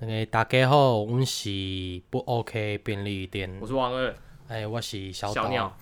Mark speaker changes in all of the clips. Speaker 1: 那个大家好，阮是不 OK 便利店，
Speaker 2: 我是王二，
Speaker 1: 哎、我是嗯小
Speaker 2: 小
Speaker 1: 岛。
Speaker 2: 鸟。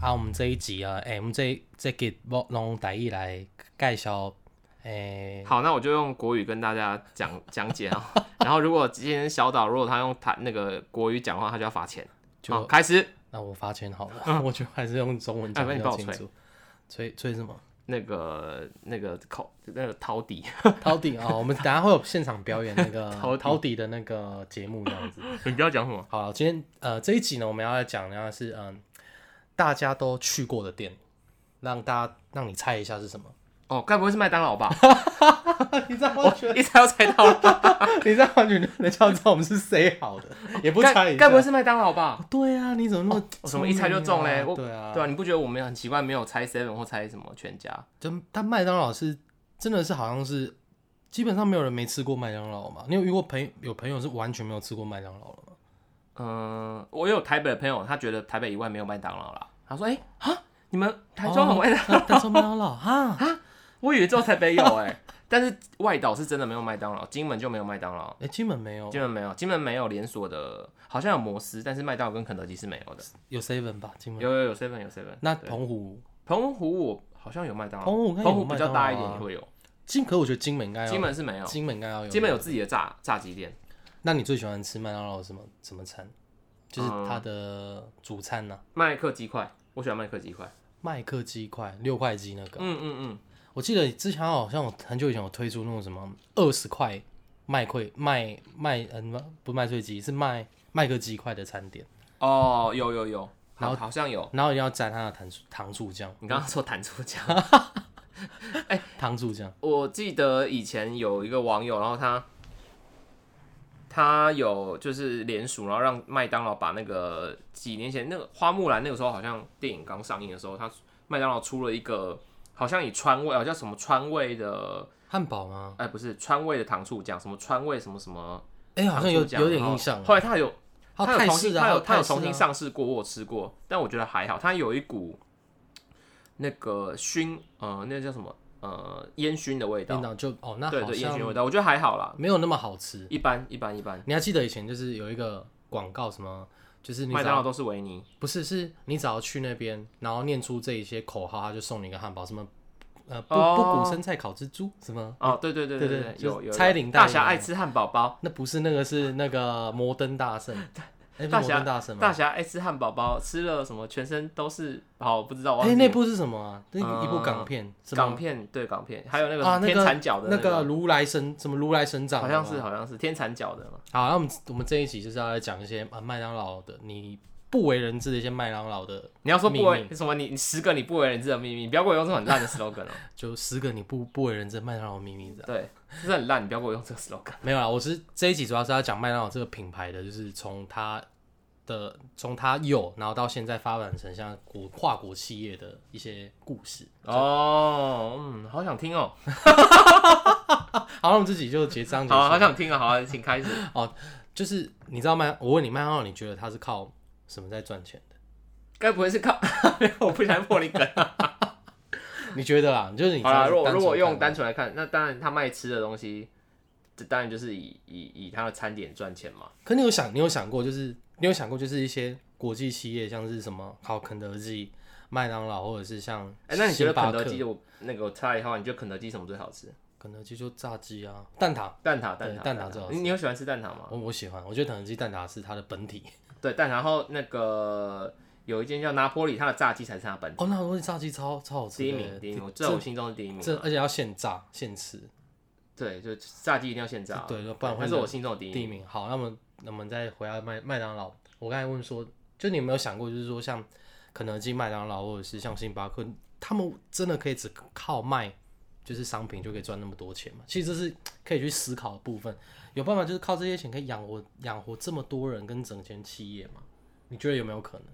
Speaker 1: 啊，我们这一集啊，哎、我们这这集我用台语来介绍，哎、
Speaker 2: 好，那我就用国语跟大家讲 讲解啊。然后如果今天小岛如果他用他那个国语讲话，他就要罚钱。
Speaker 1: 就
Speaker 2: 好，开始
Speaker 1: 那我发钱好了， 我觉得还是用中文讲
Speaker 2: 哎
Speaker 1: 比
Speaker 2: 不
Speaker 1: 较
Speaker 2: 然你帮我
Speaker 1: 清
Speaker 2: 吹
Speaker 1: 楚。吹吹什么？
Speaker 2: 那个那个口那个掏底，
Speaker 1: 陶笛啊，我们 等下会有现场表演那 个
Speaker 2: 陶笛
Speaker 1: 陶笛的那个节目这样子。
Speaker 2: 你不要讲什么。
Speaker 1: 好，今天呃这一集呢，我们要来讲的呢是嗯、大家都去过的店，让大家让你猜一下是什么。
Speaker 2: 哦，该不会是麦当劳吧？
Speaker 1: 你知道
Speaker 2: 我
Speaker 1: 完全，
Speaker 2: 一猜要猜到了，
Speaker 1: 你知道完全人家知道我们是谁好的，也 不猜
Speaker 2: 该
Speaker 1: 一
Speaker 2: 该不会
Speaker 1: 下。
Speaker 2: 是麦当劳吧？
Speaker 1: 对啊，你怎么那么
Speaker 2: 我怎么一猜就中嘞
Speaker 1: 聪明啊
Speaker 2: 我
Speaker 1: 对啊，
Speaker 2: 对啊，你不觉得我们很奇怪，没有猜 seven 或猜什么全家？
Speaker 1: 就但麦当劳是真的是好像是基本上没有人没吃过麦当劳嘛。你有遇过朋友有朋友是完全没有吃过麦当劳 了吗？
Speaker 2: 嗯，我有台北的朋友，他觉得台北以外没有麦当劳啦。他说：“哎、哈，你们台中很外，
Speaker 1: 哦，台中麦当劳哈，
Speaker 2: 我以为只有台北有哎、但是外岛是真的没有麦当劳，金门就没有麦当劳，
Speaker 1: 哎，金门没有，
Speaker 2: 金门没有，金门没有连锁的，好像有摩斯，但是麦当劳跟肯德基是没有的。
Speaker 1: 有 seven 吧？金门
Speaker 2: 有有有 seven 有 seven，
Speaker 1: 那
Speaker 2: 对
Speaker 1: 澎湖
Speaker 2: 澎湖我好像有麦当劳，
Speaker 1: 澎湖应该有
Speaker 2: 澎湖比较大一
Speaker 1: 麦当
Speaker 2: 点
Speaker 1: 劳啊
Speaker 2: 也会有，
Speaker 1: 金，可我觉得金门应该要
Speaker 2: 金门是没有，
Speaker 1: 金门应该要有，
Speaker 2: 金门有自己的炸炸鸡店。
Speaker 1: 那你最喜欢吃麦当劳的什么什么餐？就是它的主餐呢、
Speaker 2: 麦克鸡块，我喜欢麦克鸡块。
Speaker 1: 麦克鸡块六块鸡那个。
Speaker 2: 嗯嗯嗯，
Speaker 1: 我记得之前好像我很久以前有推出那种什么二十块麦块麦麦嗯、不是麦脆鸡是麦麦克鸡块的餐点，
Speaker 2: 哦，有有有，好好像有。
Speaker 1: 然后一定要蘸它的糖醋糖醋酱
Speaker 2: 你刚刚说弹出酱，
Speaker 1: 糖醋酱。
Speaker 2: 我记得以前有一个网友，然后他他有就是联署，然后让麦当劳把那个几年前那个花木兰那个时候好像电影刚上映的时候，他麦当劳出了一个好像以川味啊叫什么川味的，
Speaker 1: 汉堡吗？
Speaker 2: 哎不是川味的糖醋酱，什么川味什么什么
Speaker 1: 哎、好
Speaker 2: 糖
Speaker 1: 像
Speaker 2: 醋
Speaker 1: 有
Speaker 2: 酱
Speaker 1: 有点
Speaker 2: 然后
Speaker 1: 印象。啊
Speaker 2: 后来他有
Speaker 1: 还
Speaker 2: 它
Speaker 1: 有泰
Speaker 2: 有重
Speaker 1: 式
Speaker 2: 新，
Speaker 1: 的啊，
Speaker 2: 它有它有
Speaker 1: 泰式
Speaker 2: 重新
Speaker 1: 啊
Speaker 2: 上市过，我有吃过，但我觉得还好，它有一股那个熏，呃，那叫什么，呃，烟熏的味
Speaker 1: 电
Speaker 2: 道，
Speaker 1: 脑就哦，那
Speaker 2: 对
Speaker 1: 好
Speaker 2: 对，烟熏的味
Speaker 1: 像
Speaker 2: 道，我觉得还好啦，
Speaker 1: 没有那么好吃。
Speaker 2: 一般一般一般，
Speaker 1: 你还记得以前就是有一个广告什么，就是你
Speaker 2: 麦
Speaker 1: 只
Speaker 2: 当
Speaker 1: 要
Speaker 2: 劳都是维尼，
Speaker 1: 不是是你只要去那边，然后念出这一些口号，他就送你一个汉堡，什么呃不不
Speaker 2: 哦
Speaker 1: 谷生菜烤蜘蛛什么。
Speaker 2: 哦，对对对
Speaker 1: 对
Speaker 2: 对
Speaker 1: 对就是
Speaker 2: 有有有
Speaker 1: 拆领带
Speaker 2: 大
Speaker 1: 的
Speaker 2: 侠
Speaker 1: 那
Speaker 2: 爱
Speaker 1: 个
Speaker 2: 吃汉堡包，
Speaker 1: 那不是那个是那个摩登大 圣，哎、不是
Speaker 2: 大
Speaker 1: 摩
Speaker 2: 侠
Speaker 1: 登大圣吗？
Speaker 2: 大侠爱吃汉堡包，吃了什么全身都是，好，我不知道，忘
Speaker 1: 哎、
Speaker 2: 记
Speaker 1: 那
Speaker 2: 了
Speaker 1: 部是什么啊？那一部
Speaker 2: 呃
Speaker 1: 港片，是吗
Speaker 2: 港片对港片，还有那个
Speaker 1: 啊
Speaker 2: 什么
Speaker 1: 那
Speaker 2: 天
Speaker 1: 个
Speaker 2: 蚕角的
Speaker 1: 那
Speaker 2: 个
Speaker 1: 个，如来神什么如来神掌，
Speaker 2: 好像是。好像是天蚕角的嘛，
Speaker 1: 好，那我们我们这一集就是要来讲一些啊麦当劳的你不为人知的一些麦当劳的，
Speaker 2: 你要说不为
Speaker 1: 秘
Speaker 2: 什么你你十个你不为人知的秘密，你不要给我用这种很烂的 slogan 哦。
Speaker 1: 就十个你不不为人知的麦当劳秘密。
Speaker 2: 对，这很烂，你不要给我用这个 slogan。
Speaker 1: 没有啦，我是这一集主要是要讲麦当劳这个品牌的，就是从它的从它有，然后到现在发展成像国跨国企业的一些故事。
Speaker 2: 哦，嗯，好想听哦，
Speaker 1: 好，那我们自己就结账结
Speaker 2: 好啊，好
Speaker 1: 束。
Speaker 2: 想听哦，好啊，请开始。
Speaker 1: 就是你知道麦，我问你麦当劳，你觉得它是靠什么在赚钱的？
Speaker 2: 该不会是靠？ 我不想破你梗。
Speaker 1: 你觉得啦， 就是你
Speaker 2: 好啦，
Speaker 1: 知道是
Speaker 2: 如果
Speaker 1: 单纯
Speaker 2: 如果用
Speaker 1: 看
Speaker 2: 单纯来看，那当然他卖吃的东西，这当然就是以以以他的餐点赚钱嘛。
Speaker 1: 可你有想，你有想过，就是你有想过，就是一些国际企业，像是什么好肯德基、麦当劳，或者是像
Speaker 2: 哎，那你觉得
Speaker 1: 星巴
Speaker 2: 肯
Speaker 1: 克
Speaker 2: 德基？我那个我插一下话，你觉得肯德基什么最好吃？
Speaker 1: 肯德基就炸鸡啊，蛋挞，
Speaker 2: 蛋挞，蛋
Speaker 1: 对
Speaker 2: 挞，
Speaker 1: 蛋挞最好吃
Speaker 2: 你你有喜欢吃蛋挞吗？
Speaker 1: 我我喜欢，我觉得肯德基蛋挞是它的本体。
Speaker 2: 对，蛋挞。然后那个有一间叫拿坡里，它的炸鸡才是它的本。
Speaker 1: 哦，那东西炸鸡超超好吃的，
Speaker 2: 第一名，第一名，我
Speaker 1: 这
Speaker 2: 在我心中是第一名。啊
Speaker 1: 这而且要现炸现吃，
Speaker 2: 对，就炸鸡一定要现炸，啊
Speaker 1: 对不然会
Speaker 2: 那是我心中的第一
Speaker 1: 第一名。好，那么那我们再回到麦麦当劳，我刚才问说，就你有没有想过，就是说像肯德基、麦当劳或者是像星巴克，他们真的可以只靠卖就是商品就可以赚那么多钱吗？其实这是可以去思考的部分，有办法就是靠这些钱可以养活养活这么多人跟整间企业吗？你觉得有没有可能？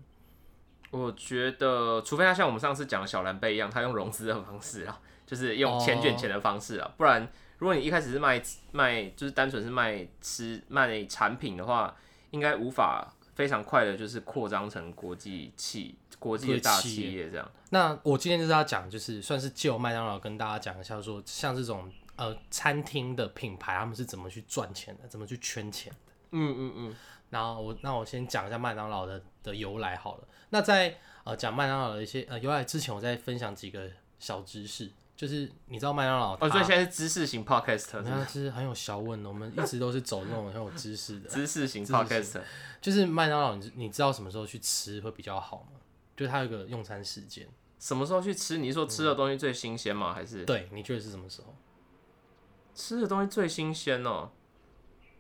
Speaker 2: 我觉得，除非他像我们上次讲的小蓝杯一样，他用融资的方式啊，就是用钱卷钱的方式啊，不然如果你一开始是卖卖，就是单纯是卖吃卖产品的话，应该无法非常快的，就是扩张成国际企国际的大企业这样。
Speaker 1: 那我今天就是要讲，就是算是借由麦当劳跟大家讲一下说像这种呃餐厅的品牌，他们是怎么去赚钱的，怎么去圈钱。
Speaker 2: 嗯嗯嗯，
Speaker 1: 然后我那我先讲一下麦当劳的的由来好了。那在呃讲麦当劳的一些呃由来之前，我再分享几个小知识，就是你知道麦当劳它，
Speaker 2: 哦，所以现在是知识型 podcast，是不是
Speaker 1: 它是很有小问的，我们一直都是走那种很有知识的。
Speaker 2: 知识型
Speaker 1: 知识型
Speaker 2: podcast，
Speaker 1: 就是麦当劳，你知你知道什么时候去吃会比较好吗？就是它有一个用餐时间，
Speaker 2: 什么时候去吃？你是说吃的东西最新鲜吗？还是
Speaker 1: 对，你觉得是什么时候？
Speaker 2: 吃的东西最新鲜哦？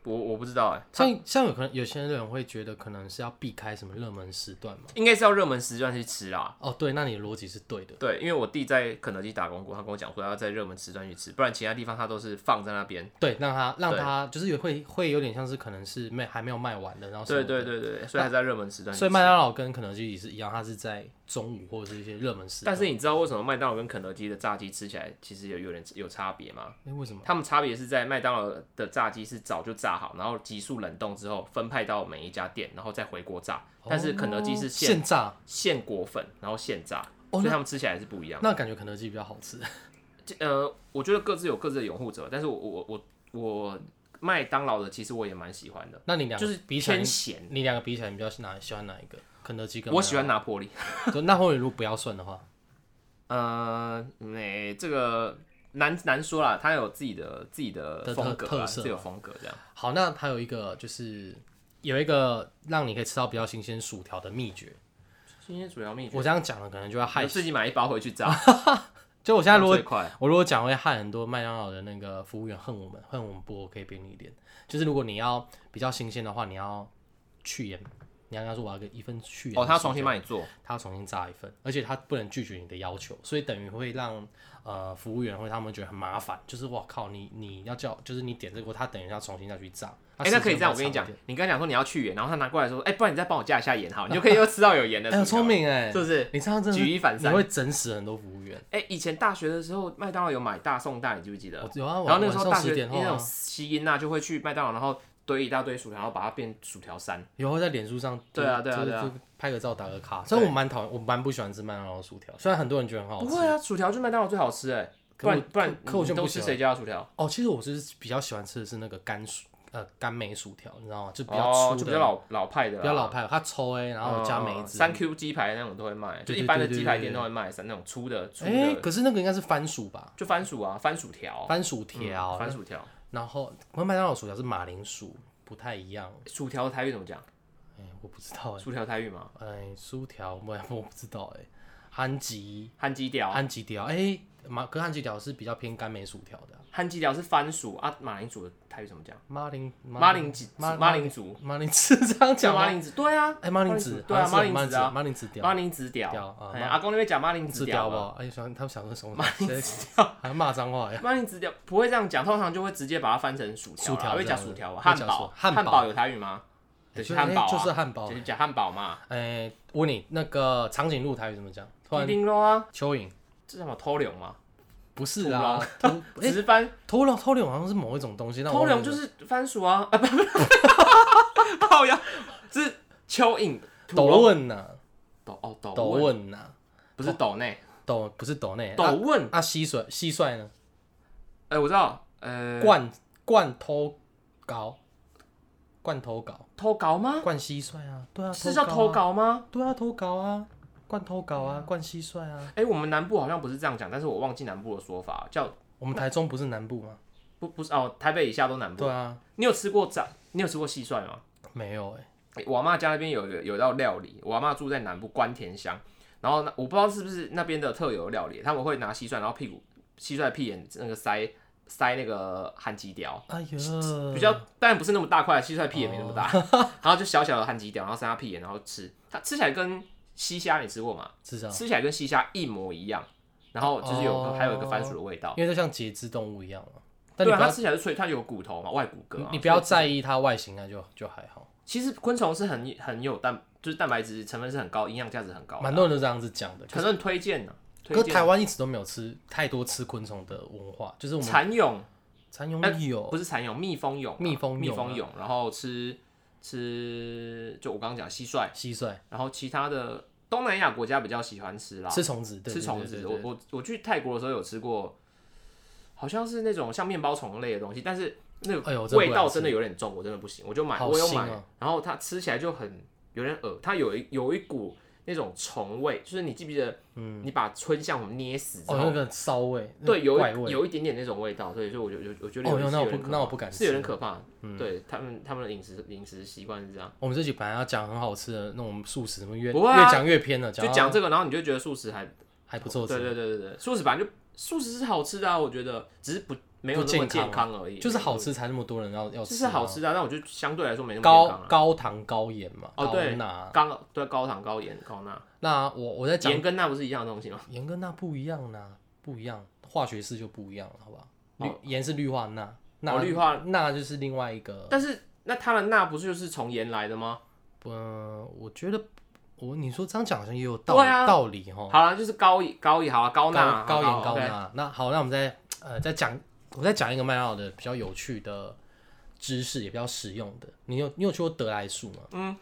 Speaker 2: 我我不知道哎、
Speaker 1: 像像有可能有些人会觉得可能是要避开什么热门时段嘛？
Speaker 2: 应该是要热门时段去吃啊啦。
Speaker 1: 哦，对，那你的逻辑是对的。
Speaker 2: 对，因为我弟在肯德基打工过，他跟我讲说要在热门时段去吃，不然其他地方他都是放在那边。
Speaker 1: 对，让他让他就是也会会有点像是可能是没还没有卖完的，然后什么
Speaker 2: 对哦对对对，所以还在热门时段去吃。
Speaker 1: 所以麦当劳跟肯德基也是一样，它是在中午或者是一些热门时段。
Speaker 2: 但是你知道为什么麦当劳跟肯德基的炸鸡吃起来其实有有点有差别吗？
Speaker 1: 哎、为什么？
Speaker 2: 他们差别是在麦当劳的炸鸡是早就炸好，然后急速冷冻之后分派到每一家店，然后再回锅炸。但是肯德基是
Speaker 1: 哦
Speaker 2: 现
Speaker 1: 现炸，
Speaker 2: 现裹粉，然后现炸，
Speaker 1: 哦
Speaker 2: 所以他们吃起来是不一样的。
Speaker 1: 那感觉肯德基比较好吃。
Speaker 2: 这呃，我觉得各自有各自的拥护者，但是我我我我麦当劳的其实我也蛮喜欢的，
Speaker 1: 那你两个
Speaker 2: 就是
Speaker 1: 比起来
Speaker 2: 偏，咸。
Speaker 1: 你两个比起来，你比较哪喜欢哪一个？肯德基跟
Speaker 2: 我喜
Speaker 1: 麦
Speaker 2: 欢拿破里。
Speaker 1: 当劳。就那后面如果不要算的话，
Speaker 2: 呃，那、这个难难说啦，他有自己的自己的
Speaker 1: 的
Speaker 2: 风
Speaker 1: 特
Speaker 2: 格
Speaker 1: 特
Speaker 2: 啦，
Speaker 1: 色
Speaker 2: 自己的风格这样。
Speaker 1: 好，那还有一个就是有一个让你可以吃到比较新鲜薯条的秘诀。
Speaker 2: 今天主要秘诀，
Speaker 1: 我这样讲了，可能就要害
Speaker 2: 你。自己买一包回去炸。
Speaker 1: 就我现在如果
Speaker 2: 最快
Speaker 1: 我如果讲会害很多麦当劳的那个服务员恨我们，恨我们不 OK 便利店。就是如果你要比较新鲜的话，你要去盐，你要跟他说我要个一份去盐。
Speaker 2: 哦，他重新帮你做，
Speaker 1: 他要重新炸一份，而且他不能拒绝你的要求，所以等于会让呃服务员会他们觉得很麻烦，就是我靠你你要叫就是你点这个，他等于要重新再去炸。
Speaker 2: 哎、那可以这样，我跟你讲，你跟他讲说你要去盐，然后他拿过来说，哎、不然你再帮我加一下盐哈，你就可 以又吃到有盐的
Speaker 1: 哎、
Speaker 2: 薯条
Speaker 1: 很
Speaker 2: 了，
Speaker 1: 聪明哎、
Speaker 2: 是不是？
Speaker 1: 你这样真的是
Speaker 2: 举一反三
Speaker 1: 你会整死很多服务员。
Speaker 2: 哎、以前大学的时候，麦当劳有买大送大，你记不记得？
Speaker 1: 我有啊，
Speaker 2: 然后那个时候大
Speaker 1: 十
Speaker 2: 学
Speaker 1: 点后、
Speaker 2: 那种
Speaker 1: 啊，
Speaker 2: 吸音呐，就会去麦当劳，然后堆一大堆薯条，然后把它变薯条山。
Speaker 1: 以后在脸书上
Speaker 2: 对啊对啊
Speaker 1: 就是
Speaker 2: 对啊
Speaker 1: 就是拍个照打个卡。所以我蛮讨厌，我蛮不喜欢吃麦当劳的薯条，虽然很多人觉得很好
Speaker 2: 不
Speaker 1: 吃。
Speaker 2: 会啊，薯条就是麦当劳最好吃哎、
Speaker 1: 可
Speaker 2: 不
Speaker 1: 我
Speaker 2: 然不然
Speaker 1: 可可我
Speaker 2: 你
Speaker 1: 就不
Speaker 2: 都
Speaker 1: 喜
Speaker 2: 吃
Speaker 1: 欢
Speaker 2: 谁家的薯条？
Speaker 1: 哦，其实我就是比较喜欢吃的是那个干薯，呃，干梅薯条，你知道吗？就比较
Speaker 2: 哦，
Speaker 1: 粗
Speaker 2: 就
Speaker 1: 的，
Speaker 2: 比较老老派的啦，哦
Speaker 1: 比较老派，它抽 A，然后加梅子。
Speaker 2: 三 Q 鸡排那种都会卖，就
Speaker 1: 对对
Speaker 2: 一般的
Speaker 1: 对对
Speaker 2: 鸡排
Speaker 1: 对
Speaker 2: 店都会卖，那种粗的粗
Speaker 1: 哎、
Speaker 2: 的，
Speaker 1: 可是那个应该是番薯吧？
Speaker 2: 就番薯啊，番薯条，
Speaker 1: 番薯
Speaker 2: 嗯
Speaker 1: 条，
Speaker 2: 番薯条，
Speaker 1: 然后我麦当劳薯条是马铃薯，不太一样。
Speaker 2: 薯条台语怎么讲？
Speaker 1: 哎、我不知道哎、
Speaker 2: 薯条台语吗？
Speaker 1: 哎、薯条我 我不知道哎、憨吉
Speaker 2: 汉鸡条，
Speaker 1: 憨吉条，哎、马可是憨吉条是比较偏干梅薯条的啊、
Speaker 2: 汉鸡条是番薯啊，马铃薯的台语怎么讲？
Speaker 1: 马铃
Speaker 2: 马铃薯，
Speaker 1: 马
Speaker 2: 马铃薯，
Speaker 1: 马铃是这样
Speaker 2: 叫
Speaker 1: 讲
Speaker 2: 马
Speaker 1: 吗？
Speaker 2: 铃薯，对啊，
Speaker 1: 哎，马铃子，
Speaker 2: 对
Speaker 1: 好
Speaker 2: 啊，马
Speaker 1: 像是
Speaker 2: 铃薯啊，
Speaker 1: 马铃子屌，
Speaker 2: 马铃薯屌
Speaker 1: 屌啊，
Speaker 2: 哎阿公那边讲马铃薯
Speaker 1: 子
Speaker 2: 屌
Speaker 1: 屌
Speaker 2: 嘛，
Speaker 1: 吧？哎，想他们想的什么？马铃 子屌，还骂脏话呀？
Speaker 2: 马铃薯屌不会这样讲，通常就会直接把它翻成薯条
Speaker 1: 薯条
Speaker 2: 啦，会
Speaker 1: 这
Speaker 2: 讲
Speaker 1: 样子
Speaker 2: 薯条吧，啊
Speaker 1: 会
Speaker 2: 汉
Speaker 1: 讲
Speaker 2: 堡，
Speaker 1: 薯汉堡
Speaker 2: 堡有台语吗？对，
Speaker 1: 就是
Speaker 2: 汉堡
Speaker 1: 哎
Speaker 2: 啊，
Speaker 1: 就是汉堡
Speaker 2: 就。是讲汉堡嘛，
Speaker 1: 哎，问你那个长颈鹿台语怎么讲？突
Speaker 2: 一
Speaker 1: 然
Speaker 2: 定咯啊，
Speaker 1: 蚯蚓
Speaker 2: 这什么偷龙嘛，
Speaker 1: 不是啊， 偷哎，
Speaker 2: 直翻
Speaker 1: 偷龙偷龙好像是某一种东西，那我
Speaker 2: 偷
Speaker 1: 忘了
Speaker 2: 龙就是番薯啊，啊不 不，靠呀，这是蚯蚓，土
Speaker 1: 斗
Speaker 2: 龙
Speaker 1: 问呐，
Speaker 2: 斗哦斗
Speaker 1: 斗
Speaker 2: 问，
Speaker 1: 问哦啊呐，
Speaker 2: 不是斗内
Speaker 1: 斗啊不是斗内
Speaker 2: 斗
Speaker 1: 啊
Speaker 2: 问，
Speaker 1: 啊蟋蟀蟋蟀呢？
Speaker 2: 哎我知道，呃
Speaker 1: 罐罐头糕，罐头糕，
Speaker 2: 偷稿吗？
Speaker 1: 罐蟋蟀啊，对啊，
Speaker 2: 是叫
Speaker 1: 糕
Speaker 2: 偷
Speaker 1: 啊
Speaker 2: 稿吗？
Speaker 1: 对啊，投稿啊，灌投稿啊，灌蟋蟀啊。
Speaker 2: 哎，我们南部好像不是这样讲，但是我忘记南部的说法，叫
Speaker 1: 我们台中不是南部吗？
Speaker 2: 不不是哦，台北以下都南部
Speaker 1: 对。啊，
Speaker 2: 你有吃过炸？你有吃过蟋蟀吗？
Speaker 1: 没有哎、
Speaker 2: 欸我阿妈家那边有一个有一道料理，我阿妈住在南部关田乡，然后那我不知道是不是那边的特有的料理，他们会拿蟋蟀，然后屁股蟋蟀屁眼那个塞塞那个焊鸡雕，
Speaker 1: 哎呦，
Speaker 2: 比较当然不是那么大块，蟋蟀屁眼没那么大， 然后就小小的焊鸡雕，然后塞它屁眼，然后吃，它吃起来跟西虾你吃过吗？
Speaker 1: 知道，
Speaker 2: 吃起来跟西虾一模一样，然后就是有、
Speaker 1: 嗯哦
Speaker 2: 还有一个番薯的味道，
Speaker 1: 因为就像节肢动物一样嘛。但你
Speaker 2: 对啊，
Speaker 1: 不
Speaker 2: 它
Speaker 1: 要，
Speaker 2: 吃起来是脆，它有骨头嘛，外骨骼、啊
Speaker 1: 你不要
Speaker 2: 所以
Speaker 1: 在意它外形啊，就就还好。
Speaker 2: 其实昆虫是很很有蛋，就是蛋白质成分是很高，营养价值很高的啊，
Speaker 1: 蛮多人都这样子讲的。
Speaker 2: 很多人推荐呢、啊
Speaker 1: 可
Speaker 2: 推
Speaker 1: 是
Speaker 2: 荐
Speaker 1: 台湾一直都没有吃太多吃昆虫的文化，就是我们
Speaker 2: 蚕蛹
Speaker 1: 蚕蛹有
Speaker 2: 哎不是蚕蛹，蜜蜂蛹啊，
Speaker 1: 蜜蜂蛹啊
Speaker 2: 蜜蜂蛹，然后吃吃就我刚刚讲蟋蟀，
Speaker 1: 蟋蟀，
Speaker 2: 然后其他的东南亚国家比较喜欢吃啦，
Speaker 1: 吃虫子，对
Speaker 2: 啊吃虫
Speaker 1: 对
Speaker 2: 子。
Speaker 1: 对对
Speaker 2: 我我我去泰国的时候有吃过，好像是那种像面包虫类的东西，但是那
Speaker 1: 哎呦我
Speaker 2: 个
Speaker 1: 真的
Speaker 2: 味
Speaker 1: 不敢
Speaker 2: 道
Speaker 1: 吃
Speaker 2: 真的有点重，我真的不行，我就买，
Speaker 1: 好
Speaker 2: 我有
Speaker 1: 腥
Speaker 2: 买
Speaker 1: 哦，
Speaker 2: 然后它吃起来就很有点恶，它有一有一股那种虫味，就是你记不记得，你把春香我们捏死之
Speaker 1: 嗯哦，那
Speaker 2: 后，
Speaker 1: 个骚味，那
Speaker 2: 对，
Speaker 1: 个
Speaker 2: 有
Speaker 1: 怪
Speaker 2: 一
Speaker 1: 味，
Speaker 2: 有一点点那种味道，对，所以我就我我觉得
Speaker 1: 哦
Speaker 2: 有，
Speaker 1: 那
Speaker 2: 是
Speaker 1: 我
Speaker 2: 有点
Speaker 1: 不
Speaker 2: 可
Speaker 1: 那我不敢
Speaker 2: 是有点
Speaker 1: 吃。嗯
Speaker 2: 可怕，对他们他们的饮食饮食习惯是这样，
Speaker 1: 我们这集本来要讲很好吃的那种素食，怎么越
Speaker 2: 不会啊
Speaker 1: 越讲越偏了，
Speaker 2: 就
Speaker 1: 到
Speaker 2: 讲这个，然后你就觉得素食还
Speaker 1: 还不错
Speaker 2: 对
Speaker 1: 吃，
Speaker 2: 对对对对，素食本来就素食是好吃的啊，我觉得只是不没有那么
Speaker 1: 不健啊
Speaker 2: 健康而已，
Speaker 1: 就是好吃才那么多人要要
Speaker 2: 对，
Speaker 1: 吃
Speaker 2: 这
Speaker 1: 啊，
Speaker 2: 是好吃的啊，但我觉得相对来说没那么健
Speaker 1: 高
Speaker 2: 康啊。
Speaker 1: 高糖高盐嘛，
Speaker 2: 哦
Speaker 1: 高
Speaker 2: 对
Speaker 1: 钠。
Speaker 2: 高对高糖高盐高钠，
Speaker 1: 那我我在讲
Speaker 2: 盐跟钠不是一样的东西吗？
Speaker 1: 盐跟钠不一样啦，不一样，化学式就不一样了，好吧？
Speaker 2: 哦
Speaker 1: 氯盐是氯化钠，钠
Speaker 2: 哦氯化
Speaker 1: 钠就是另外一个。
Speaker 2: 但是那它的钠不是就是从盐来的吗？
Speaker 1: 嗯，我觉得我你说这样讲好像也有道
Speaker 2: 对啊
Speaker 1: 道理哈。
Speaker 2: 好了，就是高盐高盐好了，高钠
Speaker 1: 哦
Speaker 2: 啊
Speaker 1: 高盐高。
Speaker 2: 好 OK
Speaker 1: 钠。那好，那我们再呃再讲，我再讲一个麦当劳的比较有趣的知识，也比较实用的。你有你有去过德来树吗？嗯。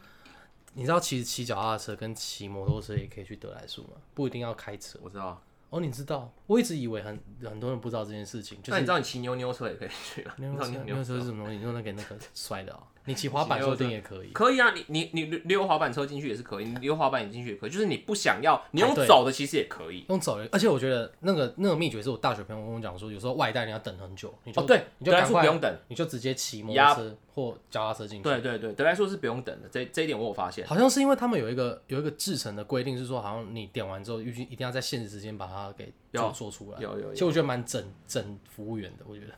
Speaker 1: 你知道其实骑脚踏车跟骑摩托车也可以去德来树吗？不一定要开车。
Speaker 2: 我知道，
Speaker 1: 哦，你知道？我一直以为很很多人不知道这件事情，就是
Speaker 2: 那你知道你骑牛牛车也可以去啊？
Speaker 1: 没有
Speaker 2: 你知道
Speaker 1: 车，没
Speaker 2: 牛
Speaker 1: 有
Speaker 2: 牛
Speaker 1: 车是什么东西？你用那给那个摔的哦。 你骑滑板说不定也可以。
Speaker 2: 可以啊，你你你溜滑板车进去也是可以，你溜滑板也进去也可以，就是你不想要，你用
Speaker 1: 排队
Speaker 2: 走的其实也可以。
Speaker 1: 用走的，而且我觉得那个那个秘诀是我大学朋友跟我讲说，有时候外带你要等很久，你就、
Speaker 2: 哦，对，
Speaker 1: 你就
Speaker 2: 德莱
Speaker 1: 赶
Speaker 2: 树
Speaker 1: 快
Speaker 2: 不用等。
Speaker 1: 你就直接骑摩托车或脚踏车进去。
Speaker 2: 对对对，德莱树是不用等的，这这一点我有发现。
Speaker 1: 好像是因为他们有一个有一个制成的规定，是说好像你点完之后，预计一定要在限时时间把它给做
Speaker 2: 有
Speaker 1: 做出来。
Speaker 2: 有有
Speaker 1: 其
Speaker 2: 有，
Speaker 1: 实我觉得蛮整整服务员的，我觉得。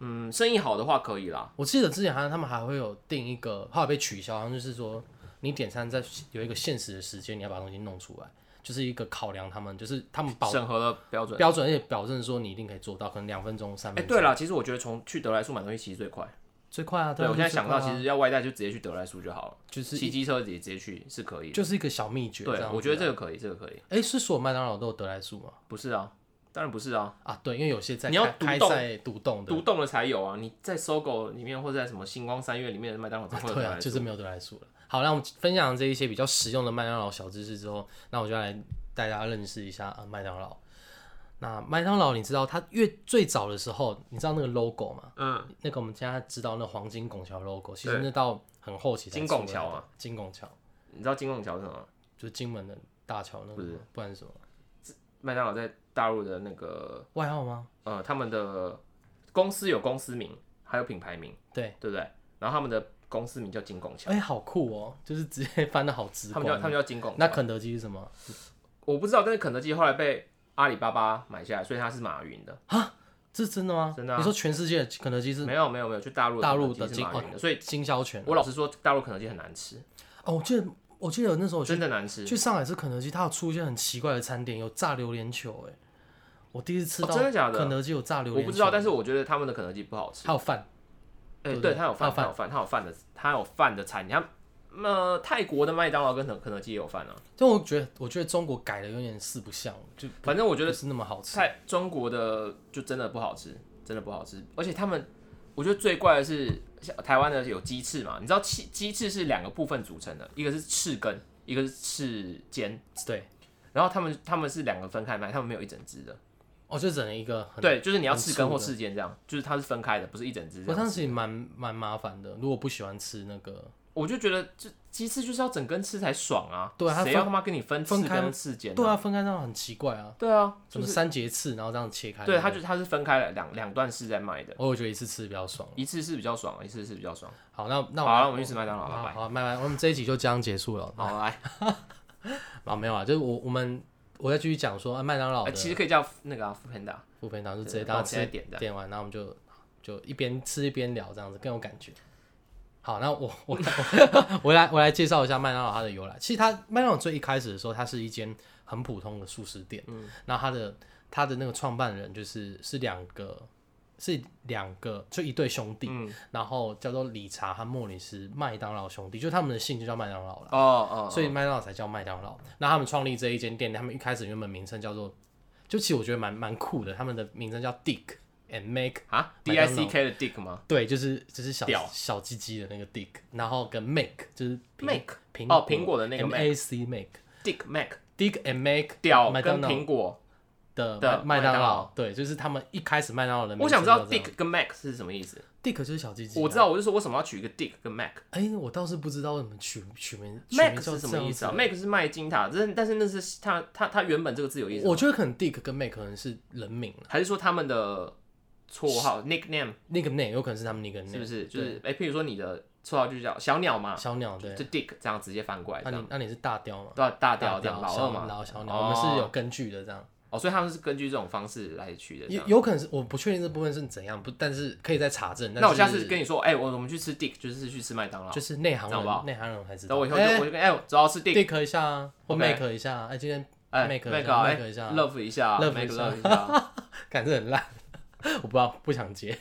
Speaker 2: 嗯，生意好的话可以啦。
Speaker 1: 我记得之前好像他们还会有定一个，后来被取消，好像就是说你点餐在有一个限时的时间，你要把东西弄出来，就是一个考量他们，就是他们保
Speaker 2: 审核的标准。
Speaker 1: 标准，而且保证说你一定可以做到，可能两分钟、三
Speaker 2: 哎、
Speaker 1: 分钟。
Speaker 2: 对了，其实我觉得从去德莱树买东西其实最快。
Speaker 1: 最快啊！
Speaker 2: 对，我现在想到，其
Speaker 1: 实
Speaker 2: 实要外带就直接去德莱树就好了，
Speaker 1: 就是
Speaker 2: 骑机车也直接去是可以的。
Speaker 1: 就是一个小秘诀。这
Speaker 2: 对
Speaker 1: 样，子
Speaker 2: 我觉得这个可以，这个可以。
Speaker 1: 哎，是所有麦当劳都有得来速吗？
Speaker 2: 不是啊，当然不是啊，
Speaker 1: 啊，对，因为有些在
Speaker 2: 你要
Speaker 1: 开
Speaker 2: 独
Speaker 1: 开
Speaker 2: 栋
Speaker 1: 在独栋的，
Speaker 2: 独栋的才有啊。你在搜狗里面或者在什么星光三月里面的麦当劳才会有德
Speaker 1: 对啊，
Speaker 2: 莱树。
Speaker 1: 就是没有得来速了。好，那我们分享这一些比较实用的麦当劳小知识之后，那我就来带大家认识一下呃麦当劳。那麦当劳，你知道它越最早的时候，你知道那个 logo 吗？
Speaker 2: 嗯，
Speaker 1: 那个我们现在知道那黄金拱桥 logo，其实
Speaker 2: 对
Speaker 1: 那到很后期才
Speaker 2: 金
Speaker 1: 出
Speaker 2: 拱
Speaker 1: 来
Speaker 2: 桥
Speaker 1: 的
Speaker 2: 啊，
Speaker 1: 金拱桥
Speaker 2: 你知道金拱桥是什么吗？
Speaker 1: 就是金门的大桥那个
Speaker 2: 不是
Speaker 1: 吗，不然是什么
Speaker 2: 麦当劳在大陆的那个
Speaker 1: 外号吗？
Speaker 2: 呃，他们的公司有公司名，还有品牌名，
Speaker 1: 对，
Speaker 2: 对不对？然后他们的公司名叫金拱桥，
Speaker 1: 哎、好酷哦，就是直接翻的好直
Speaker 2: 他们叫
Speaker 1: 观
Speaker 2: 他。们叫金拱桥。
Speaker 1: 那肯德基是什么？
Speaker 2: 我不知道，但是肯德基后来被阿里巴巴买下来，所以它是马云的。
Speaker 1: 这是真的吗？
Speaker 2: 真的啊
Speaker 1: 你说全世界的肯德基是
Speaker 2: 没有没有没有，就大陆
Speaker 1: 嗯大陆的
Speaker 2: 的肯德基是
Speaker 1: 金
Speaker 2: 马云的，所以
Speaker 1: 经销权
Speaker 2: 我老实说，大陆肯德基很难吃，
Speaker 1: 哦？我记得我记得那时候我去
Speaker 2: 真的难吃。
Speaker 1: 去上海吃肯德基，它有出一些很奇怪的餐点，有炸榴莲球、哎，我第一次吃
Speaker 2: 哦
Speaker 1: 到
Speaker 2: 真的假的
Speaker 1: 肯德基有炸榴
Speaker 2: 我
Speaker 1: 莲球，
Speaker 2: 不知道，但是我觉得他们的肯德基不好吃。
Speaker 1: 还有饭，对
Speaker 2: 哎、
Speaker 1: 不对
Speaker 2: 对，它有
Speaker 1: 它
Speaker 2: 饭，它
Speaker 1: 有
Speaker 2: 有饭，它有饭的，它有饭的餐厅。它呃，泰国的麦当劳跟肯肯德基也有饭啊。
Speaker 1: 但我觉得我觉得中国改的有点四不像，就
Speaker 2: 反正我觉得
Speaker 1: 不是那么好吃。
Speaker 2: 菜中国的就真的不好吃，真的不好吃。而且他们，我觉得最怪的是，像台湾的有鸡翅嘛，你知道鸡鸡翅是两个部分组成的，一个是翅根，一个是翅尖。
Speaker 1: 对，
Speaker 2: 然后他们他们是两个分开卖，他们没有一整只的。
Speaker 1: 哦，就整了一个很。
Speaker 2: 对，就是你要翅根
Speaker 1: 很粗
Speaker 2: 或
Speaker 1: 的
Speaker 2: 翅尖这样，就是它是分开的，不是一整只这
Speaker 1: 我
Speaker 2: 样。
Speaker 1: 当时也蛮蛮麻烦的，如果不喜欢吃那个，
Speaker 2: 我就觉得这鸡翅就是要整根吃才爽啊，
Speaker 1: 对它
Speaker 2: 谁
Speaker 1: 分
Speaker 2: 要他妈跟你分
Speaker 1: 分
Speaker 2: 翅
Speaker 1: 开
Speaker 2: 跟翅尖、
Speaker 1: 对啊，，分开这样很奇怪啊，
Speaker 2: 对啊，
Speaker 1: 什
Speaker 2: 就
Speaker 1: 么
Speaker 2: 是
Speaker 1: 三节翅，然后这样切开，
Speaker 2: 对，它就它是分开了两两段式在卖的，
Speaker 1: 我有觉得一次吃比较爽。
Speaker 2: 一次是比较爽，一次是比较爽。
Speaker 1: 好，那那我
Speaker 2: 好，那我们去吃麦当劳，拜
Speaker 1: 好
Speaker 2: 拜。
Speaker 1: 好，拜拜。我们这一集就这样结束了。
Speaker 2: 好，来，
Speaker 1: 啊，没有啊，就是我我们我再继续讲说啊，麦当劳
Speaker 2: 哎
Speaker 1: 的
Speaker 2: 其实可以叫那个啊副片达，
Speaker 1: 副片堂就直接
Speaker 2: 对
Speaker 1: 大家
Speaker 2: 帮我现
Speaker 1: 吃
Speaker 2: 在点的
Speaker 1: 点完，然后我们就就一边吃一边聊，这样子更有感觉。好，那我我我我来我来介绍一下麦当劳它的由来。其实它麦当劳最一开始的时候，它是一间很普通的素食店，嗯，那它的它的那个创办人就是是两个是两个，就一对兄弟，
Speaker 2: 嗯，
Speaker 1: 然后叫做理查和莫里斯麦当劳兄弟，就他们的姓就叫麦当劳了，
Speaker 2: 哦哦，
Speaker 1: 所以麦当劳才叫麦当劳。那他们创立这一间店，他们一开始原本名称叫做，就其实我觉得蛮蛮酷的，他们的名称叫 Dick and Make，
Speaker 2: 啊
Speaker 1: 麦
Speaker 2: ，D
Speaker 1: 当
Speaker 2: I
Speaker 1: 劳
Speaker 2: C K 的 Dick 吗
Speaker 1: 对，就是就是小
Speaker 2: 屌
Speaker 1: 小鸡鸡的那个 Dick，然后跟 Make 就是苹
Speaker 2: ？Mac
Speaker 1: 苹
Speaker 2: 哦苹果的那个
Speaker 1: M A C Make。
Speaker 2: Dick Mac
Speaker 1: Dick and Make
Speaker 2: 屌
Speaker 1: 麦
Speaker 2: 跟
Speaker 1: 当劳
Speaker 2: 苹果，
Speaker 1: 的
Speaker 2: 的
Speaker 1: 麦麦
Speaker 2: 麦
Speaker 1: 当
Speaker 2: 当劳
Speaker 1: 劳，对，就是他们一开始麦当劳的名
Speaker 2: 我
Speaker 1: 字就
Speaker 2: 想
Speaker 1: 是
Speaker 2: 知
Speaker 1: 这样。
Speaker 2: 道 Dick 跟 Mac 是什么意思。
Speaker 1: Dick 就是小鸡鸡啊，
Speaker 2: 我知道，我就说为什么要取一个 Dick 跟 Mac。
Speaker 1: 哎、我倒是不知道为什么取取名取
Speaker 2: Mac
Speaker 1: 名叫
Speaker 2: 是什么
Speaker 1: 这样
Speaker 2: 意思啊
Speaker 1: 子
Speaker 2: ？Mac 是麦金塔，但但是那是它它它原本这个字有意思吗，
Speaker 1: 我觉得可能 Dick 跟 Mac 可能是人名了，
Speaker 2: 还是说他们的绰号 nickname
Speaker 1: 那个 name 有可能是他们那个 name，
Speaker 2: 是不是？就是哎，譬如说你的绰号就叫小鸟嘛，
Speaker 1: 小鸟对？
Speaker 2: 就 Dick 这样直接翻过来，
Speaker 1: 那
Speaker 2: 这样
Speaker 1: 你那你是大雕吗？
Speaker 2: 对啊大
Speaker 1: 大
Speaker 2: 调这样老
Speaker 1: 小
Speaker 2: 二嘛，
Speaker 1: 老小鸟，
Speaker 2: 哦
Speaker 1: 我们是有根据的这样。
Speaker 2: 哦，所以他们是根据这种方式来取的这
Speaker 1: 有
Speaker 2: 样。
Speaker 1: 有可能是我不确定这部分是怎样，不，但是可以再查证。但
Speaker 2: 那我下
Speaker 1: 是
Speaker 2: 次跟你说，哎，我我们去吃 Dick 就是去吃麦当劳
Speaker 1: 就，是内行
Speaker 2: 这样好不好
Speaker 1: 人，内行人还知道。
Speaker 2: 然后我以后就
Speaker 1: 哎
Speaker 2: 我就跟哎，我只要吃 Dick，
Speaker 1: Dick 一下啊，或
Speaker 2: OK
Speaker 1: Make 一下啊，哎、今天
Speaker 2: 哎
Speaker 1: Mac 一
Speaker 2: Mac
Speaker 1: 下
Speaker 2: 啊哎
Speaker 1: Mac 一下
Speaker 2: love 一下
Speaker 1: Love
Speaker 2: Mac
Speaker 1: 一下
Speaker 2: love 一下，
Speaker 1: 感觉很烂，我不知道不想接。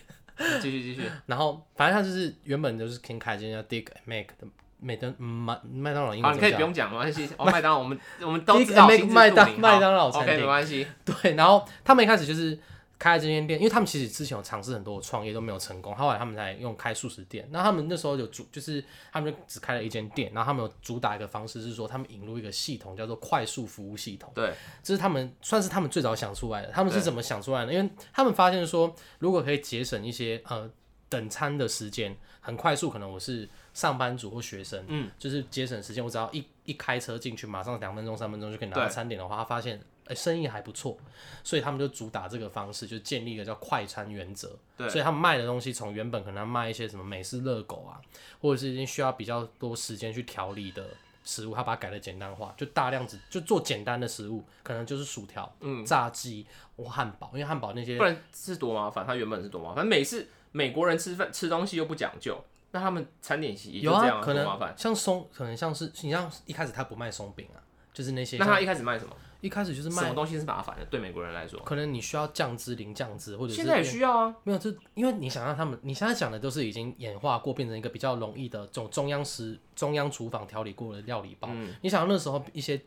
Speaker 2: 继续继续，
Speaker 1: 然后反正他就是原本就是先开间叫 Dick and Mac 的麦当嗯麦麦当劳 英
Speaker 2: 好，
Speaker 1: 文
Speaker 2: 你
Speaker 1: 怎么
Speaker 2: 可以不
Speaker 1: 讲？
Speaker 2: 用讲，没 关系。哦，麦当劳，我们我们都知道
Speaker 1: Dick and
Speaker 2: 心知
Speaker 1: Mac 麦
Speaker 2: 肚
Speaker 1: 当
Speaker 2: 明
Speaker 1: 麦当劳餐
Speaker 2: OK，没
Speaker 1: 厅
Speaker 2: 关系。
Speaker 1: 对，然后他们一开始就是开了这间店，因为他们其实之前有尝试很多创业都没有成功，后来他们才用开素食店。那他们那时候有主，就是他们就只开了一间店，然后他们有主打一个方式是说，他们引入一个系统叫做快速服务系统。
Speaker 2: 对，
Speaker 1: 这是他们算是他们最早想出来的。他们是
Speaker 2: 对
Speaker 1: 怎么想出来的？因为他们发现说，如果可以节省一些呃等餐的时间，很快速，可能我是上班族或学生，
Speaker 2: 嗯，
Speaker 1: 就是节省时间，我只要一一开车进去，马上两分钟、三分钟就可以拿到
Speaker 2: 对
Speaker 1: 餐点的话，他发现哎、生意还不错，所以他们就主打这个方式，就建立一个叫快餐原则。
Speaker 2: 对
Speaker 1: 所以他们卖的东西从原本可能卖一些什么美式热狗啊，或者是已经需要比较多时间去调理的食物，他把它改的简单化，就大量只就做简单的食物，可能就是薯条、
Speaker 2: 嗯
Speaker 1: 炸鸡或汉堡，因为汉堡那些
Speaker 2: 不然是多麻烦。他原本是多麻烦，每次美国人吃饭吃东西又不讲究，那他们餐点也就
Speaker 1: 有
Speaker 2: 这
Speaker 1: 啊，
Speaker 2: 样，
Speaker 1: 可
Speaker 2: 多麻
Speaker 1: 能
Speaker 2: 烦。
Speaker 1: 像松，可能像是你像一开始他不卖松饼啊，就是那些
Speaker 2: 那他
Speaker 1: 像
Speaker 2: 一开始卖什么？
Speaker 1: 一开始就是
Speaker 2: 什么啊
Speaker 1: 卖，
Speaker 2: 东西是麻烦的？对美国人来说，
Speaker 1: 可能你需要酱汁、淋酱汁，或者是
Speaker 2: 现在也需要啊。
Speaker 1: 没有，这因为你想让他们，你现在讲的都是已经演化过，变成一个比较容易的这种中央食、中央厨房调理过的料理包。你想那时候一些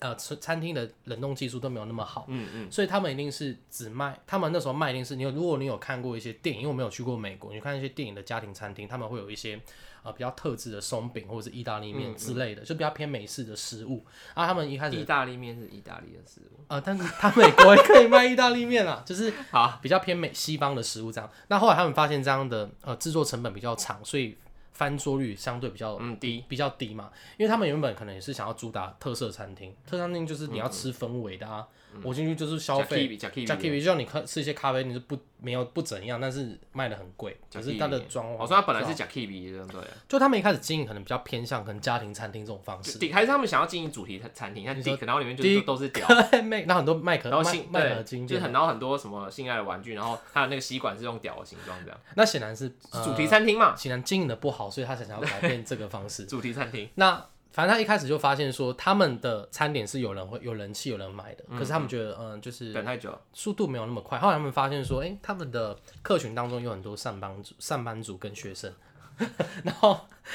Speaker 1: 呃餐餐厅的冷冻技术都没有那么好，
Speaker 2: 嗯嗯，
Speaker 1: 所以他们一定是只卖，他们那时候卖一定是你有，如果你有看过一些电影，因为我没有去过美国，你看一些电影的家庭餐厅，他们会有一些呃比较特制的松饼或者是意大利面之类的，就比较偏美式的食物。啊，他们一开
Speaker 2: 意
Speaker 1: 始
Speaker 2: 大利面是意大利的食物。
Speaker 1: 呃，但是他美国也可以卖意大利面啊， 就是
Speaker 2: 好，
Speaker 1: 比较偏美西方的食物这样。那后来他们发现这样的呃制作成本比较长，所以翻桌率相对比较
Speaker 2: 嗯，第一，
Speaker 1: 比较低嘛，因为他们原本可能也是想要主打特色餐厅，特色餐厅就是你要吃氛围的啊，
Speaker 2: 嗯
Speaker 1: 我进去就是消费。
Speaker 2: 比 k i
Speaker 1: 加
Speaker 2: b
Speaker 1: K B 就像你喝吃一些咖啡，你是不没有不怎样，但是卖的很贵，
Speaker 2: 加
Speaker 1: 可是它的
Speaker 2: kiwi
Speaker 1: 装潢，
Speaker 2: 哦我说他本来是讲 k b 的，对。
Speaker 1: 就他们一开始经营可能比较偏向可能家庭餐厅这种方式，
Speaker 2: Dick 还是他们想要经营主题餐厅，像
Speaker 1: 哦你说
Speaker 2: Dick，然后里面就
Speaker 1: Dick
Speaker 2: 是都是屌，
Speaker 1: 卖然后很多麦克
Speaker 2: 然后
Speaker 1: 麦
Speaker 2: 性
Speaker 1: 麦合
Speaker 2: 对，
Speaker 1: 金
Speaker 2: 就是很然后很多什么性爱的玩具，然后它的那个吸管是用屌的形状这样，
Speaker 1: 那显然是呃
Speaker 2: 主题餐厅嘛，
Speaker 1: 显然经营的不好，所以他才想要改变这个方式。
Speaker 2: 主题餐厅，
Speaker 1: 那反正他一开始就发现说，他们的餐点是有人会有人气、有人买的，可是他们觉得，嗯、就是
Speaker 2: 等太久了，
Speaker 1: 速度没有那么快。后来他们发现说，哎、他们的客群当中有很多上班族、上班族跟学生， 然后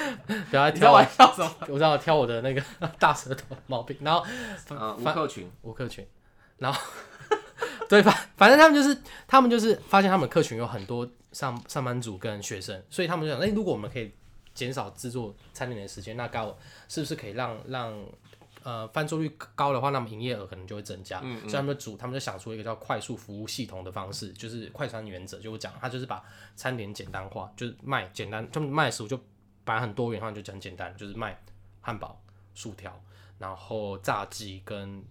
Speaker 1: 不要再
Speaker 2: 你在
Speaker 1: 挑我
Speaker 2: 玩，笑什么？
Speaker 1: 我知道挑我的那个 大舌头毛病，然后
Speaker 2: 啊，吴克群，
Speaker 1: 我客群，然后 对反反正他们就是他们就是发现他们客群有很多上上班族跟学生，所以他们就想，哎、如果我们可以减少制作餐点的时间，那高是不是可以让让呃翻桌率高的话，那么营业额可能就会增加。所以他们就主他们就想出一个叫快速服务系统的方式，就是快餐原则，就我讲，它就是把餐点简单化，就是卖简单，他们卖食物就把它很多元化，就讲简单，就是卖汉堡、薯条，然后炸鸡跟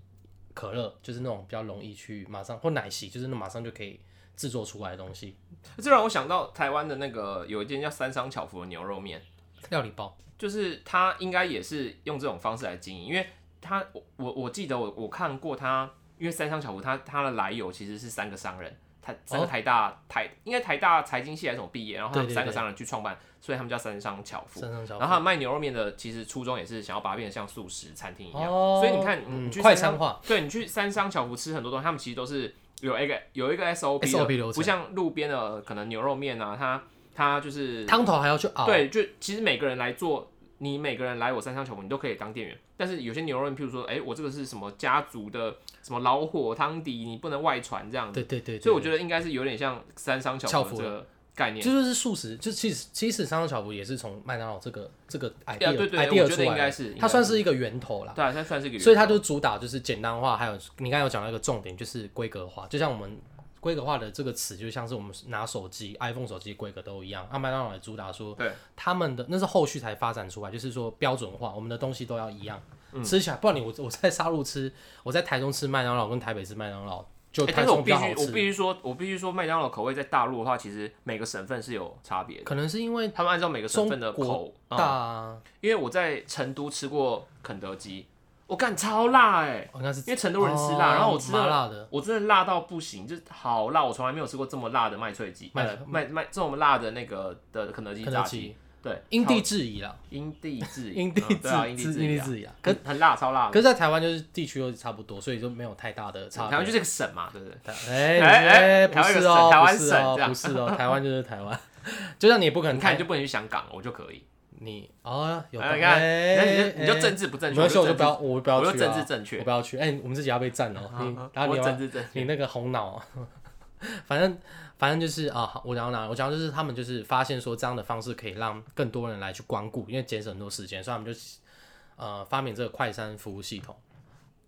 Speaker 1: 可乐，就是那种比较容易去马上或奶昔，就是那马上就可以制作出来的东西，
Speaker 2: 这让我想到台湾的那个有一间叫三商巧福的牛肉面，
Speaker 1: 料理包。
Speaker 2: 就是它应该也是用这种方式来经营，因为它我我我记得我我看过它，因为三商巧福它它的来由其实是三个商人，台三个台大、台应该台大财经系还是什么毕业，然后他们
Speaker 1: 哦对对对
Speaker 2: 三个商人去创办，所以他们叫三商巧福。
Speaker 1: 山上小
Speaker 2: 然后他们卖牛肉面的，其实初衷也是想要把它变得像素食餐厅一样，
Speaker 1: 哦
Speaker 2: 所以你看，
Speaker 1: 嗯
Speaker 2: 你去
Speaker 1: 快
Speaker 2: 三商
Speaker 1: 餐化，
Speaker 2: 对你去三商巧福吃很多东西，他们其实都是有一个有一个 SOP，, 的
Speaker 1: SOP 流程
Speaker 2: 不像路边的可能牛肉面啊，它它就是
Speaker 1: 汤头还要去熬，
Speaker 2: 对，就其实每个人来做，你每个人来我三商球府，你都可以当店员。但是有些牛肉面，譬如说，哎、我这个是什么家族的什么老火汤底，你不能外传这样子。
Speaker 1: 对对对，
Speaker 2: 所以我觉
Speaker 1: 得
Speaker 2: 得应该是有点像三商巧
Speaker 1: 巧
Speaker 2: 福
Speaker 1: 福
Speaker 2: 这个概
Speaker 1: 这
Speaker 2: 念。
Speaker 1: 就是素食，就其实其实商小福也是从麦当劳这个这个 idea、
Speaker 2: 啊对对
Speaker 1: idea
Speaker 2: 我觉
Speaker 1: 出
Speaker 2: 得应
Speaker 1: 来
Speaker 2: 该
Speaker 1: 的，
Speaker 2: 是，
Speaker 1: 它算
Speaker 2: 应
Speaker 1: 是一个源头啦
Speaker 2: 该。对啊，它算是一个原因，
Speaker 1: 所以它就主打就是简单化，还有你刚才有讲到一个重点，就是规格化。就像我们规格化的这个词，就像是我们拿手机 iPhone 手机规格都一样，那麦当劳也主打说，
Speaker 2: 对
Speaker 1: 他们的那是后续才发展出来，就是说标准化，我们的东西都要一样，
Speaker 2: 嗯
Speaker 1: 吃起来，不然你我我在沙鹿吃，我在台中吃麦当劳跟台北吃麦当劳，就
Speaker 2: 欸
Speaker 1: 台
Speaker 2: 但是我
Speaker 1: 中比
Speaker 2: 必
Speaker 1: 较好
Speaker 2: 须我必
Speaker 1: 吃，
Speaker 2: 须说，我必须说，麦当劳口味在大陆的话，其实每个省份是有差别的。
Speaker 1: 可能是因为
Speaker 2: 他们按照每个省份的
Speaker 1: 中国
Speaker 2: 口，
Speaker 1: 大、啊
Speaker 2: 嗯因为我在成都吃过肯德基，我干超辣哎、
Speaker 1: 哦应该是
Speaker 2: 因为成都人吃辣，
Speaker 1: 哦
Speaker 2: 然后我吃
Speaker 1: 麻
Speaker 2: 了，
Speaker 1: 辣的，
Speaker 2: 我真的辣到不行，就是好辣，我从来没有吃过这么辣的麦脆鸡，
Speaker 1: 麦
Speaker 2: 呃麦麦这么辣的那个的肯德基
Speaker 1: 肯
Speaker 2: 炸
Speaker 1: 德
Speaker 2: 鸡，
Speaker 1: 基，
Speaker 2: 对，
Speaker 1: 因
Speaker 2: 超
Speaker 1: 地制宜啦，
Speaker 2: 因地制 宜，
Speaker 1: 因地
Speaker 2: 嗯对啊因地
Speaker 1: 制
Speaker 2: 制
Speaker 1: 因
Speaker 2: 宜
Speaker 1: 地
Speaker 2: 啊，
Speaker 1: 制宜啊，可
Speaker 2: 很很辣，超辣
Speaker 1: 可
Speaker 2: 的，
Speaker 1: 是，在台湾就是地区又差不多，所以就没有太大的差
Speaker 2: 台
Speaker 1: 别
Speaker 2: 湾就。是个省嘛，对不对？
Speaker 1: 哎
Speaker 2: 哎哎
Speaker 1: 哎，
Speaker 2: 台
Speaker 1: 不
Speaker 2: 湾有
Speaker 1: 是
Speaker 2: 省
Speaker 1: 哦，不是哦
Speaker 2: 台湾省这样
Speaker 1: 不是哦，台湾就是台湾， 就像你也不可能
Speaker 2: 你看
Speaker 1: 看
Speaker 2: 你就不能去香港，我就可以，
Speaker 1: 你哦，有道
Speaker 2: 哎你
Speaker 1: 理
Speaker 2: 看，
Speaker 1: 哎
Speaker 2: 那你就你就
Speaker 1: 哎
Speaker 2: 政治不正
Speaker 1: 没
Speaker 2: 确，
Speaker 1: 关系，
Speaker 2: 就
Speaker 1: 我就
Speaker 2: 政
Speaker 1: 不
Speaker 2: 治
Speaker 1: 要，我就不要
Speaker 2: 我就
Speaker 1: 去
Speaker 2: 政
Speaker 1: 啊
Speaker 2: 治正确
Speaker 1: 我不要去。哎，我们自己要被占哦，你
Speaker 2: 啊
Speaker 1: 然后你
Speaker 2: 我
Speaker 1: 要
Speaker 2: 政治正确，
Speaker 1: 你那个红脑啊，反正反正就是啊，我讲到哪？我讲到就是他们就是发现说这样的方式可以让更多人来去光顾，因为节省很多时间，所以他们就呃发明这个快餐服务系统。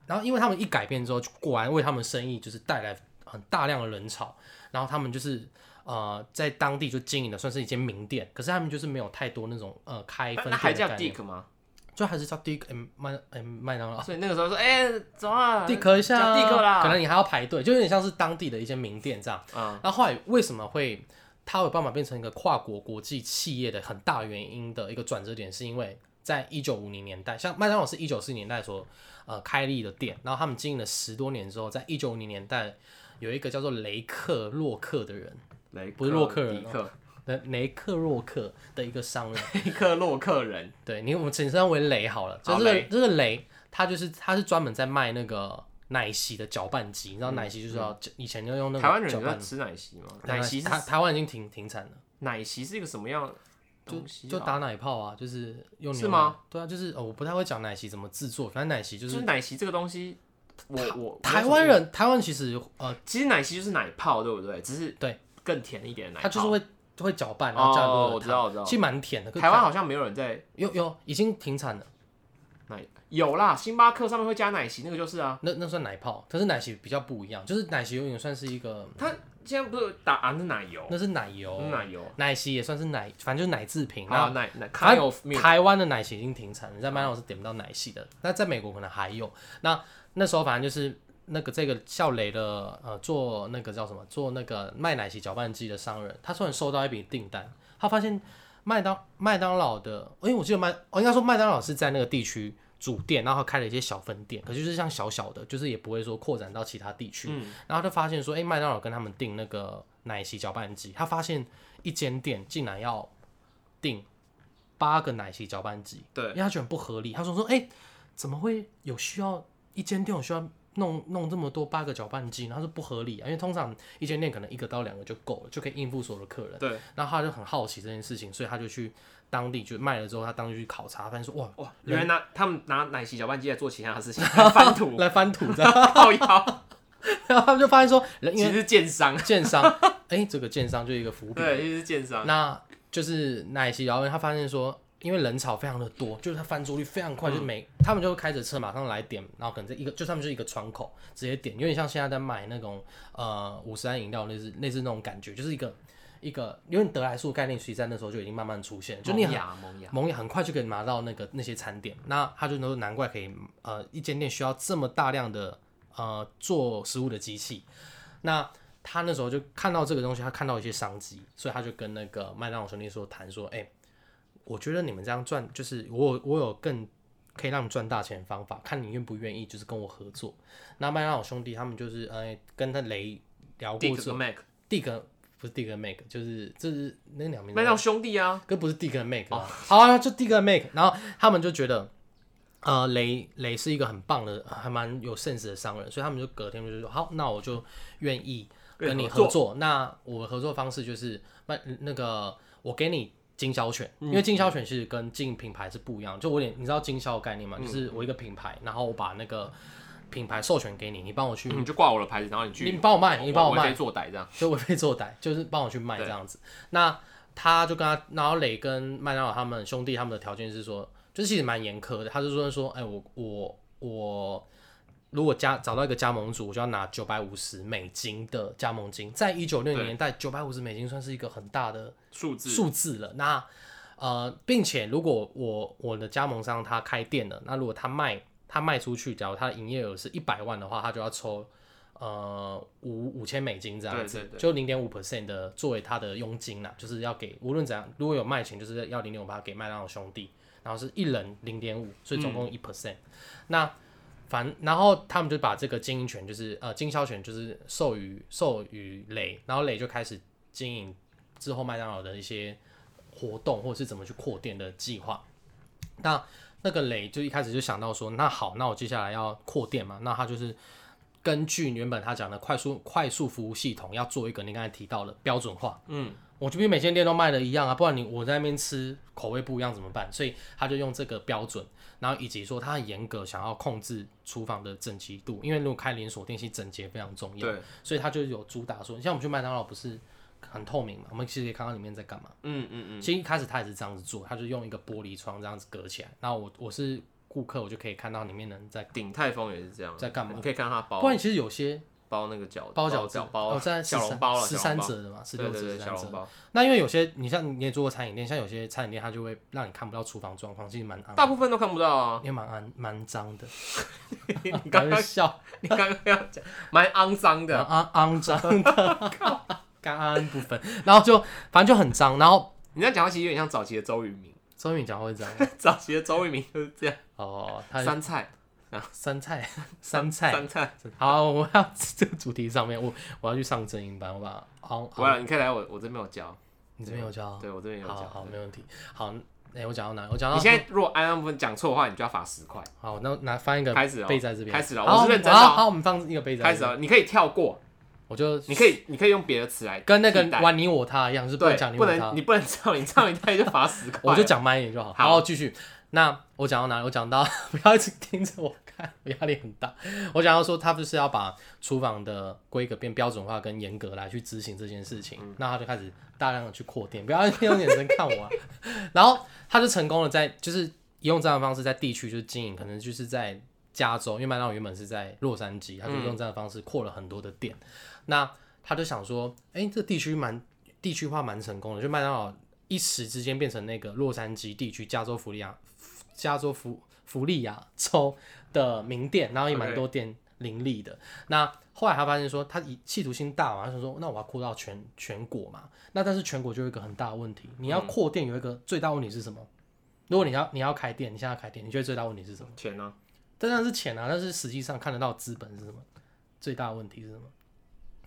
Speaker 1: 然后因为他们一改变之后，就果然为他们生意就是带来很大量的人潮，然后他们就是。呃，在当地就经营的算是一间名店，可是他们就是没有太多那种呃开分店
Speaker 2: 那那
Speaker 1: 的
Speaker 2: 还叫
Speaker 1: 概念
Speaker 2: Dick 吗？
Speaker 1: 就还是叫 Dick 嗯麦嗯麦当劳。
Speaker 2: 所以那个时候说，哎，走啊，
Speaker 1: 地壳一下啊，
Speaker 2: 叫地壳啦
Speaker 1: 可能你还要排队，就有点像是当地的一间名店这样。
Speaker 2: 嗯
Speaker 1: 那后来为什么会它有办法变成一个跨国国际企业的很大原因的一个转折点，是因为在一九五零年代，像麦当劳是一九四零年代所呃开立的店，然后他们经营了十多年之后，在一九五零年代有一个叫做雷克洛克的人，
Speaker 2: 雷
Speaker 1: 不是洛克人
Speaker 2: 迪克，
Speaker 1: 雷雷克洛克的一个商人，
Speaker 2: 迪克洛克人，
Speaker 1: 对你我们简称为雷好了，就
Speaker 2: 好
Speaker 1: 是这
Speaker 2: 雷
Speaker 1: 个这个雷，他就是他是专门在卖那个奶昔的搅拌机，你知道奶昔就是要、以前就用那
Speaker 2: 嗯台湾
Speaker 1: 个
Speaker 2: 人
Speaker 1: 搅
Speaker 2: 有在
Speaker 1: 拌
Speaker 2: 吃奶昔吗？奶昔是
Speaker 1: 台台湾已经停停产了，
Speaker 2: 奶昔是一个什么样的东西啊？
Speaker 1: 就打奶泡啊，就是用牛
Speaker 2: 是吗
Speaker 1: 奶？对啊，就是、哦、我不太会讲奶昔怎么制作，反正奶昔就
Speaker 2: 就是是奶昔这个东西，我我
Speaker 1: 台湾，人台湾其实呃
Speaker 2: 我其实奶昔就是奶泡，对不对？只是
Speaker 1: 对
Speaker 2: 更甜一点的奶
Speaker 1: 它
Speaker 2: 泡。
Speaker 1: 就是会会搅拌，然后加入
Speaker 2: 哦，
Speaker 1: 了
Speaker 2: 我知
Speaker 1: 糖
Speaker 2: 道我知道
Speaker 1: 其，实蛮甜的。可是
Speaker 2: 台湾好像没有人在
Speaker 1: 有有已经停产了，
Speaker 2: 奶有啦，星巴克上面会加奶昔，那个就是啊。
Speaker 1: 那那算奶泡，可是奶昔比较不一样，就是奶昔有点算是一个
Speaker 2: 它现在不是打啊那奶油，
Speaker 1: 那哦是奶油，
Speaker 2: 那奶油，
Speaker 1: 奶昔也算是奶，反正就是奶制品。
Speaker 2: 啊
Speaker 1: 那
Speaker 2: 奶奶
Speaker 1: 它
Speaker 2: kind of milk，
Speaker 1: 台湾的奶昔已经停产了，你在麦当劳是点不到奶昔的。那在美国可能还有。那那时候反正就是那个这个笑雷的呃做那个叫什么做那个卖奶昔搅拌机的商人，他突然收到一笔订单，他发现麦当麦当劳的，因为我记得麦，哦我应该说麦当劳是在那个地区。主店，然后开了一些小分店，可就是像小小的，就是也不会说扩展到其他地区。然后他就发现说，哎、麦当劳跟他们订那个奶昔搅拌机，他发现一间店竟然要订八个奶昔搅拌机，
Speaker 2: 对
Speaker 1: 因为他觉得很不合理。他说说，哎、怎么会有需要一间店有需要弄弄这么多八个搅拌机呢？他说不合理啊，因为通常一间店可能一个到两个就够了，就可以应付所有的客人。
Speaker 2: 对，
Speaker 1: 然后他就很好奇这件事情，所以他就去当地就卖了之后，他当地去考察，发现说哇，
Speaker 2: 哇，原来拿他们拿奶昔搅拌机来做其他的事情，翻 土
Speaker 1: 来翻土这样，
Speaker 2: 靠腰，
Speaker 1: 然后他们就发现说，人因
Speaker 2: 其
Speaker 1: 为
Speaker 2: 实是建商，
Speaker 1: 建商， 哎、这个建商就一个伏笔，
Speaker 2: 对，其实是建商，
Speaker 1: 那就是奶昔然后他发现说，因为人潮非常的多，就是他翻桌率非常快，就每他们就会开着车马上来点，然后可能这一个就他们就是一个窗口直接点，有点像现在在买那种呃五十安饮料类似类似那种感觉，就是一个一个有点得来速的概念，其实在那时候就已经慢慢出现， 就你
Speaker 2: 萌
Speaker 1: 很
Speaker 2: 芽萌芽，
Speaker 1: 萌也很快就可以拿到那个那些餐点，那他就能够难怪可以呃一间店需要这么大量的呃做食物的机器，那他那时候就看到这个东西，他看到一些商机，所以他就跟那个麦当劳兄弟说谈说，哎、我觉得你们这样赚，就是我有我有更可以让你赚大钱的方法，看你愿不愿意，就是跟我合作。那麦当劳兄弟他们就是呃跟他雷聊过
Speaker 2: Dick
Speaker 1: 之
Speaker 2: 跟
Speaker 1: 后，
Speaker 2: Mac，
Speaker 1: 蒂格不是蒂格 make，就是这是那两名字
Speaker 2: 麦当劳兄弟啊，
Speaker 1: 哦哥不是 Dick and Meg 吗好啊，就 Dick and Meg，然后他们就觉得呃，雷雷是一个很棒的，还蛮有 sense 的商人，所以他们就隔天就说，好，那我就愿意跟你合作。那我合作方式就是，那那个我给你经销权，因为经销权其实跟进品牌是不一样，就我有点你知道经销的概念吗？就是我一个品牌，然后我把那个品牌授权给你，你帮我去，
Speaker 2: 你就挂我的牌子，然后你去，
Speaker 1: 你帮我卖，你帮我卖
Speaker 2: 为非，作歹这样。
Speaker 1: 就为非作歹，就是帮我去卖这样子。那他就跟他，然后磊跟麦当劳他们兄弟他们的条件是说，就是其实蛮严苛的。他就说说，哎、我我我如果加找到一个加盟主，我就要拿九百五十美金的加盟金。在一九六零年代，九百五十美金算是一个很大的
Speaker 2: 数字
Speaker 1: 数字了。那呃，并且如果我我的加盟商他开店了，那如果他卖他卖出去，假如他的营业额是一百万的话，他就要抽呃五五千美金这样子，
Speaker 2: 对对对
Speaker 1: 就零点五 percent 的作为他的佣金啦，就是要给无论怎样，如果有卖钱，就是要零点五八给麦当劳兄弟，然后是一人零点五，所以总
Speaker 2: 嗯
Speaker 1: 共一 percent、那反然后他们就把这个经营权，就是呃经销权，就是授予授予磊，然后磊就开始经营之后麦当劳的一些活动或者是怎么去扩店的计划。那那个磊就一开始就想到说，那好，那我接下来要扩店嘛，那他就是根据原本他讲的快速快速服务系统要做一个你刚才提到的标准化，
Speaker 2: 嗯，
Speaker 1: 我这边每间店都卖的一样啊，不然你我在那边吃口味不一样怎么办？所以他就用这个标准，然后以及说他很严格想要控制厨房的整齐度，因为如果开连锁店，其实整洁非常重要，
Speaker 2: 对，
Speaker 1: 所以他就有主打说，像我们去麦当劳不是很透明嘛，我们其实可以看到里面在干嘛。
Speaker 2: 嗯嗯嗯，
Speaker 1: 其实一开始他也是这样子做，他就用一个玻璃窗这样子隔起来，然后我我是顾客，我就可以看到里面的人在。
Speaker 2: 鼎泰丰也是这样，
Speaker 1: 在干嘛
Speaker 2: 你可以看到他
Speaker 1: 不
Speaker 2: 包
Speaker 1: 然其实有些
Speaker 2: 包那个饺
Speaker 1: 包
Speaker 2: 饺
Speaker 1: 饺
Speaker 2: 子
Speaker 1: 子，
Speaker 2: 包啊
Speaker 1: 哦，在
Speaker 2: 小笼包了，
Speaker 1: 十
Speaker 2: 小
Speaker 1: 三
Speaker 2: 笼包
Speaker 1: 折的嘛，十
Speaker 2: 对
Speaker 1: 六
Speaker 2: 对
Speaker 1: 折、
Speaker 2: 对，
Speaker 1: 十三
Speaker 2: 小
Speaker 1: 折啊
Speaker 2: 笼。包。
Speaker 1: 那因为有些你像你也做过餐饮店，像有些餐饮店它就会让你看不到厨房状况，其实蛮肮，
Speaker 2: 大部分都看不到 啊！
Speaker 1: 也蛮肮蛮脏的。
Speaker 2: 你刚
Speaker 1: 搞
Speaker 2: 刚啊
Speaker 1: 笑，
Speaker 2: 你刚刚要讲蛮肮脏的，
Speaker 1: 蛮肮肮脏的，干安部分，然后就反正就很脏。然后
Speaker 2: 你这样讲话其实有点像早期的周渝民，
Speaker 1: 周敏讲话会这样
Speaker 2: 早期的周渝民就是这样，
Speaker 1: 哦，他
Speaker 2: 酸菜，
Speaker 1: 酸菜酸菜。
Speaker 2: 酸菜。
Speaker 1: 好，我要这个主题上面，我我要去上正音班，我把昂
Speaker 2: 不然你可以来我我这边有教，
Speaker 1: 你这边有教，
Speaker 2: 对我这边有
Speaker 1: 好
Speaker 2: 教。
Speaker 1: 好没问题。好，哎，我讲到哪？我讲到
Speaker 2: 你现在如果安安部分讲错的话，你就要罚十块。
Speaker 1: 好，那拿翻一个
Speaker 2: 开始哦
Speaker 1: 杯子在这边，
Speaker 2: 开始了
Speaker 1: 好
Speaker 2: 我是认真的哦
Speaker 1: 好，好，我们放一个杯子在
Speaker 2: 开
Speaker 1: 这边
Speaker 2: 始哦了，你可以跳过，
Speaker 1: 我就
Speaker 2: 你可以你可以用别的词来
Speaker 1: 跟那个
Speaker 2: 替代
Speaker 1: 玩你我他一样，就是不能讲
Speaker 2: 对，
Speaker 1: 你
Speaker 2: 不
Speaker 1: 我他
Speaker 2: 能，你不能这样，你这样一代就罚十块。
Speaker 1: 我就讲慢一点就好。
Speaker 2: 好
Speaker 1: 好，继续。那我讲到哪里？我讲到 不要一直盯着我看， 我压力很大。我讲到说，他就是要把厨房的规格变标准化跟严格来去执行这件事情。那他就开始大量的去扩店，不要用眼神看我、啊。 然后他就成功了在，就是用这样的方式在地区就是经营，可能就是在加州，因为麦当劳原本是在洛杉矶，他就用这样的方式扩了很多的店。那他就想说，哎、这地区蛮地区化蛮成功的，就麦当劳一时之间变成那个洛杉矶地区加州福利亚加州福福利亚州的名店，然后也蛮多店林立的。那后来他发现说，他以企图心大嘛，他想说，那我要扩到全全国嘛。那但是全国就有一个很大的问题，你要扩店有一个最大问题是什么？如果你要你要开店，你现在要开店，你觉得最大问题是什么？
Speaker 2: 钱啊呢？
Speaker 1: 当然是钱啊，但是实际上看得到资本是什么？最大的问题是什么？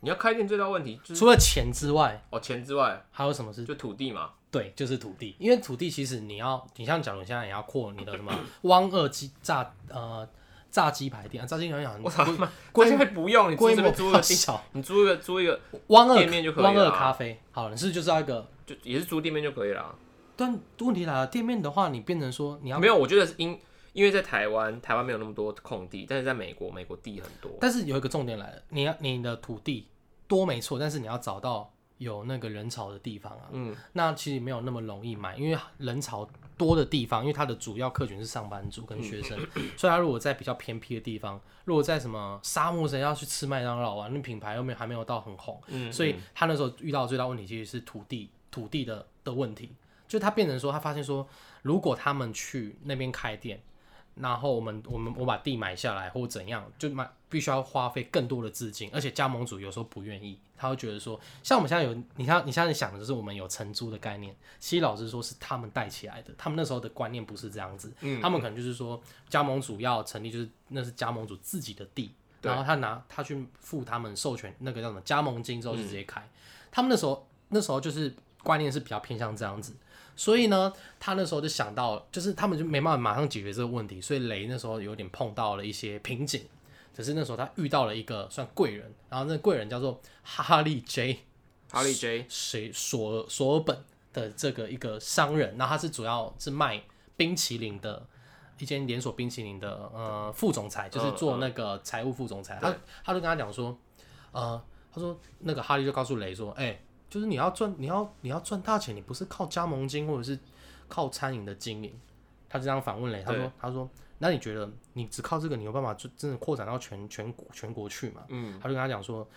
Speaker 2: 你要开店最大问题就是
Speaker 1: 除了钱之外，
Speaker 2: 哦钱之外，
Speaker 1: 还有什么是
Speaker 2: 就土地嘛。
Speaker 1: 对，就是土地，因为土地其实你要，你像假如你现在也要扩你的 什么汪二鸡炸呃炸鸡排店，啊炸鸡排店好
Speaker 2: 我操
Speaker 1: 像规
Speaker 2: 关
Speaker 1: 规
Speaker 2: 键不用，你
Speaker 1: 规
Speaker 2: 随
Speaker 1: 模
Speaker 2: 便租
Speaker 1: 比较
Speaker 2: 一个地，
Speaker 1: 小，
Speaker 2: 你租一个租一个，
Speaker 1: 汪二
Speaker 2: 店面就可以了啊
Speaker 1: 汪二咖啡，好，你是不是就是要一个，
Speaker 2: 就也是租店面就可以了。啊
Speaker 1: 但问题来了，店面的话，你变成说你要，
Speaker 2: 没有，我觉得是因因为在台湾，台湾没有那么多空地，但是在美国，美国地很多。
Speaker 1: 但是有一个重点来了，你要你的土地多没错，但是你要找到有那个人潮的地方啊，
Speaker 2: 嗯，
Speaker 1: 那其实没有那么容易买，因为人潮多的地方，因为它的主要客群是上班族跟学 生，所以他如果在比较偏僻的地方，如果在什么沙漠谁要去吃麦当劳啊，那品牌又没有还没有到很红，
Speaker 2: 嗯
Speaker 1: 所以他那时候遇到的最大问题其实是土地土地的的问题，就他变成说他发现说，如果他们去那边开店。然后我们我们我把地买下来或怎样，就买必须要花费更多的资金，而且加盟主有时候不愿意，他会觉得说，像我们现在有你像你现在想的就是我们有承租的概念，西老师说是他们带起来的，他们那时候的观念不是这样子，
Speaker 2: 嗯
Speaker 1: 他们可能就是说加盟主要成立就是那是加盟主自己的地，
Speaker 2: 对
Speaker 1: 然后他拿他去付他们授权那个叫什么加盟金之后就直接开，他们那时候那时候就是观念是比较偏向这样子，所以呢，他那时候就想到，就是他们就没办法马上解决这个问题，所以雷那时候有点碰到了一些瓶颈。只是那时候他遇到了一个算贵人，然后那个贵人叫做哈利 J，
Speaker 2: 哈利 J
Speaker 1: 谁索尔索尔本的这个一个商人，那他是主要是卖冰淇淋的一间连锁冰淇淋的呃副总裁，就是做那个财务副总裁。他他就跟他讲说，呃，他说那个哈利就告诉雷说，哎、就是你要赚你要你要赚大钱，你不是靠加盟金或者是靠餐饮的经营。他就这样反问雷，他说他说那你觉得你只靠这个，你有办法就真的扩展到全全国全国去吗？嗯，他就跟他讲说，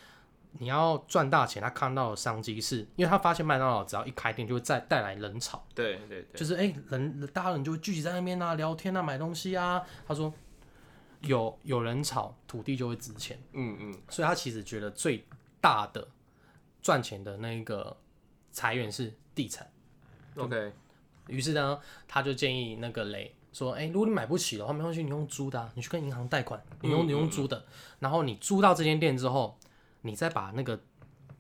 Speaker 1: 你要赚大钱，他看到的商机是，因为他发现麦当劳只要一开店，就会再带来人潮，
Speaker 2: 对对对，
Speaker 1: 就是哎、人大家人就会聚集在那边啊，聊天啊，买东西啊。他说有有人潮，土地就会值钱，
Speaker 2: 嗯嗯，
Speaker 1: 所以他其实觉得最大的赚钱的那个财源是地产。
Speaker 2: OK，
Speaker 1: 于是呢，他就建议那个雷说：“哎、如果你买不起的话，没关系，你用租的、啊，你去跟银行贷款，你用你用租的，然后你租到这间店之后，你再把那个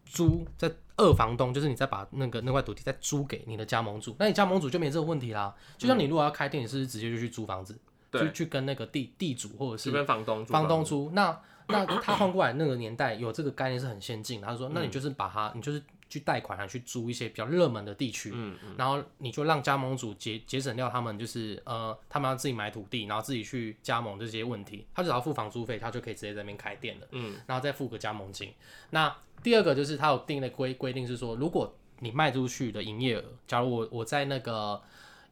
Speaker 1: 租在二房东，就是你再把那个那块土地再租给你的加盟主，那你加盟主就没这个问题啦。就像你如果要开店，你是不是直接就去租房子，
Speaker 2: 对
Speaker 1: 去去跟那个地地主或者是
Speaker 2: 是跟房东住
Speaker 1: 房东租。那那他换过来那个年代有这个概念是很先进的，他说，那你就是把它，你就是去贷款，然啊后去租一些比较热门的地区，嗯然后你就让加盟主节节省掉他们就是呃，他们要自己买土地，然后自己去加盟这些问题，他只要付房租费，他就可以直接在那边开店了，嗯，然后再付个加盟金。那第二个就是他有定的规规定是说，如果你卖出去的营业额，假如我我在那个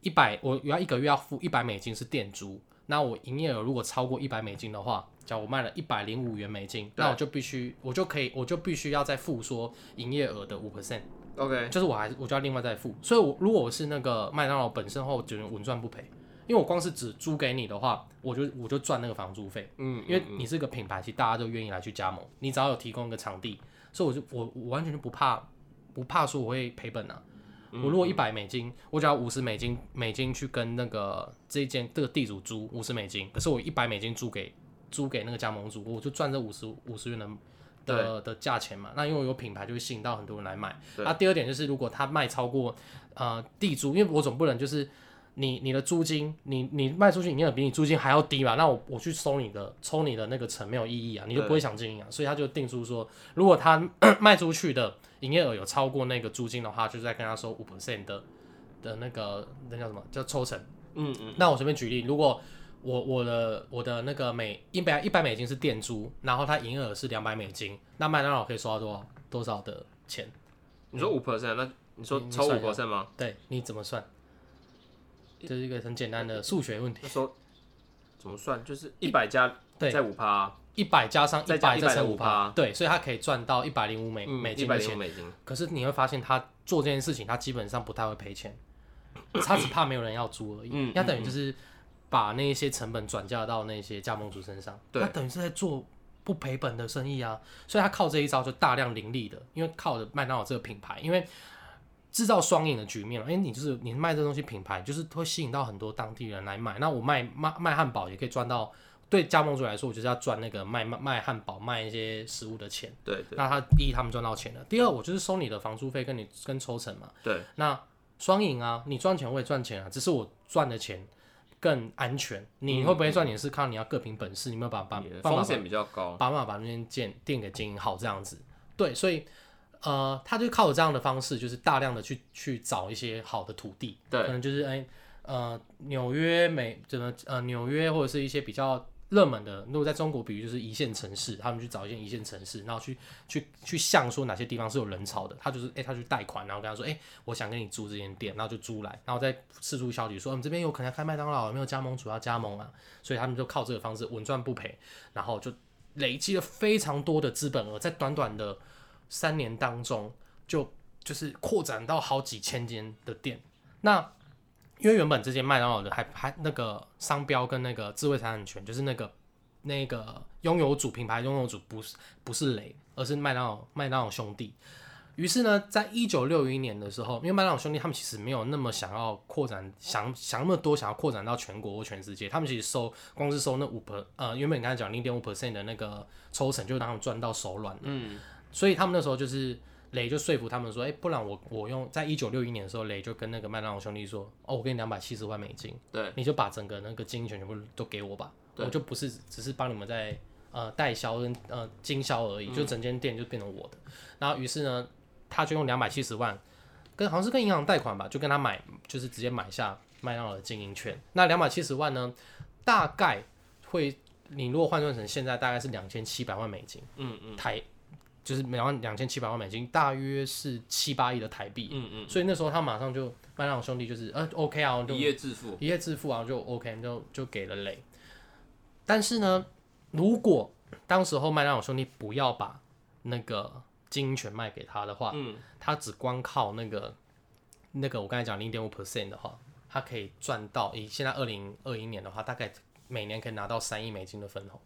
Speaker 1: 一百，我要一个月要付一百美金是店租，那我营业额如果超过一百美金的话，假如我卖了一百零五元美金，那我就必须我就可以我就必须要再付说营业额的五 percent，
Speaker 2: OK，
Speaker 1: 就是我还是我就要另外再付。所以我，如果我是那个麦当劳本身的话，我觉得稳赚不赔，因为我光是只租给你的话，我就我就赚那个房租费。
Speaker 2: 嗯，
Speaker 1: 因为你是个品牌，其实大家都愿意来去加盟。你只要有提供一个场地，所以我就我我完全就不怕不怕说我会赔本啊。
Speaker 2: 嗯
Speaker 1: 我如果一百美金，我只要五十美金美金去跟那个这一间这个地主租五十美金，可是我一百美金租给租给那个加盟主，我就赚这五十五十元的的的价钱嘛。那因为我有品牌，就会吸引到很多人来买。
Speaker 2: 对
Speaker 1: 那、第二点就是，如果他卖超过呃地租，因为我总不能就是你你的租金，你你卖出去营业额比你租金还要低吧？那我我去收你的抽你的那个成没有意义啊，你就不会想经营啊。所以他就定出说，如果他 卖出去的营业额有超过那个租金的话，就再跟他收五 percent 的的那个那叫什么叫抽成。
Speaker 2: 嗯嗯，
Speaker 1: 那我随便举例，如果我我的我的那个每一百一百美金是店租，然后它营业额是两百美金，那麦当劳可以收到多少多少的钱？
Speaker 2: 你说五 percent，那你说
Speaker 1: 你
Speaker 2: 抽五
Speaker 1: 算一下
Speaker 2: percent 吗？
Speaker 1: 对，你怎么算？这是一个很简单的数学问题。
Speaker 2: 那时候怎么算？就是一百加
Speaker 1: 对
Speaker 2: 在五趴，
Speaker 1: 一百加上
Speaker 2: 再
Speaker 1: 一
Speaker 2: 加
Speaker 1: 百再乘
Speaker 2: 105
Speaker 1: 五趴，对，所以他可以赚到一百零五美美
Speaker 2: 嗯一
Speaker 1: 金
Speaker 2: 百
Speaker 1: 的
Speaker 2: 零五
Speaker 1: 钱。
Speaker 2: 美金，
Speaker 1: 可是你会发现，他做这件事情，他基本上不太会赔钱，他只怕没有人要租而
Speaker 2: 嗯
Speaker 1: 已。他等于就是把那些成本转嫁到那些加盟主身上，
Speaker 2: 嗯对
Speaker 1: 他等于是在做不赔本的生意啊。所以他靠这一招就大量盈利的，因为靠着麦当劳这个品牌，因为制造双赢的局面了。因为你就是你卖这东西品牌，就是会吸引到很多当地人来买。那我卖卖卖汉堡也可以赚到。对加盟主来说，我就是要赚那个卖卖卖汉堡、卖一些
Speaker 2: 嗯
Speaker 1: 食物的钱。
Speaker 2: 对对
Speaker 1: 那他第一他们赚到钱了，第二我就是收你的房租费跟你跟抽成嘛。
Speaker 2: 对，
Speaker 1: 那双赢啊，你赚钱我也赚钱啊，只是我赚的钱更安全。你会不会赚
Speaker 2: 嗯
Speaker 1: 钱是看你要各凭本事，你有没有把把
Speaker 2: 你的
Speaker 1: 办
Speaker 2: 风
Speaker 1: 法
Speaker 2: 险比较高，
Speaker 1: 把办法把那间店店给经营好这样子。对，所以呃，他就靠着这样的方式，就是大量的去去找一些好的土地，
Speaker 2: 对
Speaker 1: 可能就是哎、呃纽约美怎么呃纽约或者是一些比较热门的，如果在中国比喻就是一线城市，他们去找一些一线城市，然后去去去向说哪些地方是有人潮的，他就是哎、他去贷款，然后跟他说哎、我想跟你租这间店，然后就租来，然后再四处消息说我们、哦这边有可能要开麦当劳，有没有加盟主要加盟啊？所以他们就靠这个方式稳赚不赔，然后就累积了非常多的资本额，在短短的三年当中，就就是扩展到好几千间的店。那因为原本这间麦当劳的还还那个商标跟那个智慧财产权，就是那个那个拥有主品牌拥有主不是不是雷，而是麦当劳麦当劳兄弟。于是呢，在一九六一年的时候，因为麦当劳兄弟他们其实没有那么想要扩展，想想那么多，想要扩展到全国或全世界。他们其实收光是收那五 per 呃，原本你刚才讲零点五 percent 的那个抽成，就让他们赚到手软。嗯，所以他们那时候就是雷就说服他们说，哎、不然我我用在一九六一年的时候，雷就跟那个麦当劳兄弟说，哦，我给你两百七十万美金，
Speaker 2: 对，
Speaker 1: 你就把整个那个经营权全部都给我吧，
Speaker 2: 对
Speaker 1: 我就不是只是帮你们在呃代销跟呃经销而
Speaker 2: 嗯
Speaker 1: 已，就整间店就变成我的。然后于是呢，他就用两百七十万，跟好像是跟银行贷款吧，就跟他买，就是直接买下麦当劳的经营权。那两百七十万呢，大概会你如果换算成现在大概是两千七百万美金
Speaker 2: 嗯嗯
Speaker 1: 台，就是每万两千七百万美金，大约是七八亿的台币。
Speaker 2: 嗯嗯，
Speaker 1: 所以那时候他马上就麦当劳兄弟就是呃 OK 啊，就
Speaker 2: 一夜致富，
Speaker 1: 一夜致富啊，就 OK，就就给了雷。但是呢，如果当时候麦当劳兄弟不要把那个经营权卖给他的话，
Speaker 2: 嗯，
Speaker 1: 他只光靠那个那个我刚才讲零点五 percent 的话，他可以赚到以现在二零二一年的话，大概每年可以拿到三亿美金的分红，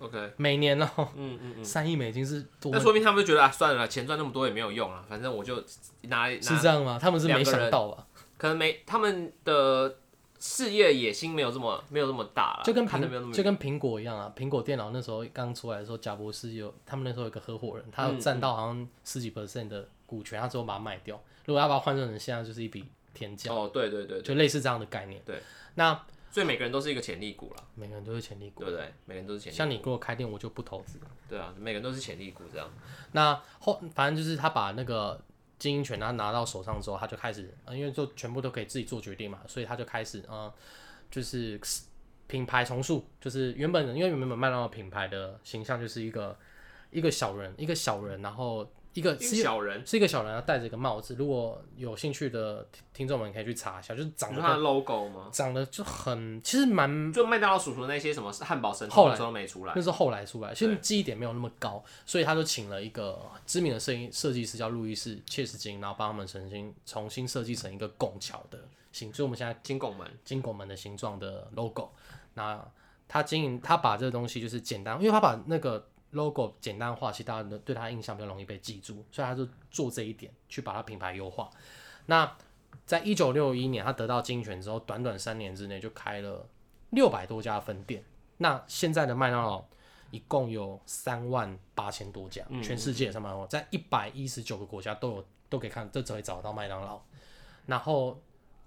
Speaker 2: ，OK，
Speaker 1: 每年哦、
Speaker 2: 嗯嗯。
Speaker 1: 三亿美金是多
Speaker 2: 那说明他们就觉得啊，算了啦，钱赚那么多也没有用啊，反正我就拿
Speaker 1: 是
Speaker 2: 拿，
Speaker 1: 这样吗？他们是没
Speaker 2: 两个
Speaker 1: 想
Speaker 2: 人
Speaker 1: 到吧？
Speaker 2: 可能没他们的事业野心没有这么没有这么大了，
Speaker 1: 就跟
Speaker 2: 啊看的没有那
Speaker 1: 苹
Speaker 2: 么
Speaker 1: 就跟苹果一样啊，苹果电脑那时候刚出来的时候，贾博士有他们那时候有一个合伙人，
Speaker 2: 嗯
Speaker 1: 他有占到好像十几 percent 的股权，他最后把它卖掉。如果要把它换算成现在，就是一笔天价，
Speaker 2: 哦，对对对对，
Speaker 1: 就类似这样的概念。
Speaker 2: 对，
Speaker 1: 那
Speaker 2: 所以每个人都是一个潜力股了，
Speaker 1: 每个人都是潜力股，
Speaker 2: 对不对？每个人都是潜力，
Speaker 1: 像你给我开店，我就不投资。
Speaker 2: 对啊，每个人都是潜力股这样，
Speaker 1: 那后反正就是他把那个经营权他拿到手上之后，他就开始，呃因为就全部都可以自己做决定嘛，所以他就开始，呃，就是品牌重塑，就是原本因为原本麦当劳品牌的形象就是一个一个小人，一个小人，然后一个
Speaker 2: 一个小人，
Speaker 1: 是一个小人，他戴着一个帽子。如果有兴趣的听听众们可以去查一下，就是长
Speaker 2: 你
Speaker 1: 得
Speaker 2: 说他的 logo 吗？
Speaker 1: 长得就很，其实蛮
Speaker 2: 就麦当劳叔叔那些什么汉堡神
Speaker 1: 后
Speaker 2: 偷
Speaker 1: 来
Speaker 2: 那时候没出来，
Speaker 1: 那是后来出来，其实记忆点没有那么高，所以他就请了一个知名的摄影设计师叫路易斯切斯金，然后帮他们重新重新设计成一个拱桥的形，所以我们现在
Speaker 2: 金拱门，
Speaker 1: 金拱门的形状的 logo。那他经营，他把这个东西就是简单，因为他把那个 logo 简单化，其实大家对他印象比较容易被记住，所以他就做这一点去把它品牌优化。那在一九六一年，他得到经营权之后，短短三年之内就开了六百多家分店。那现在的麦当劳一共有三万八千多家，全世界三万多，在一百一十九个国家都有都可以看，都只会找到麦当劳。然后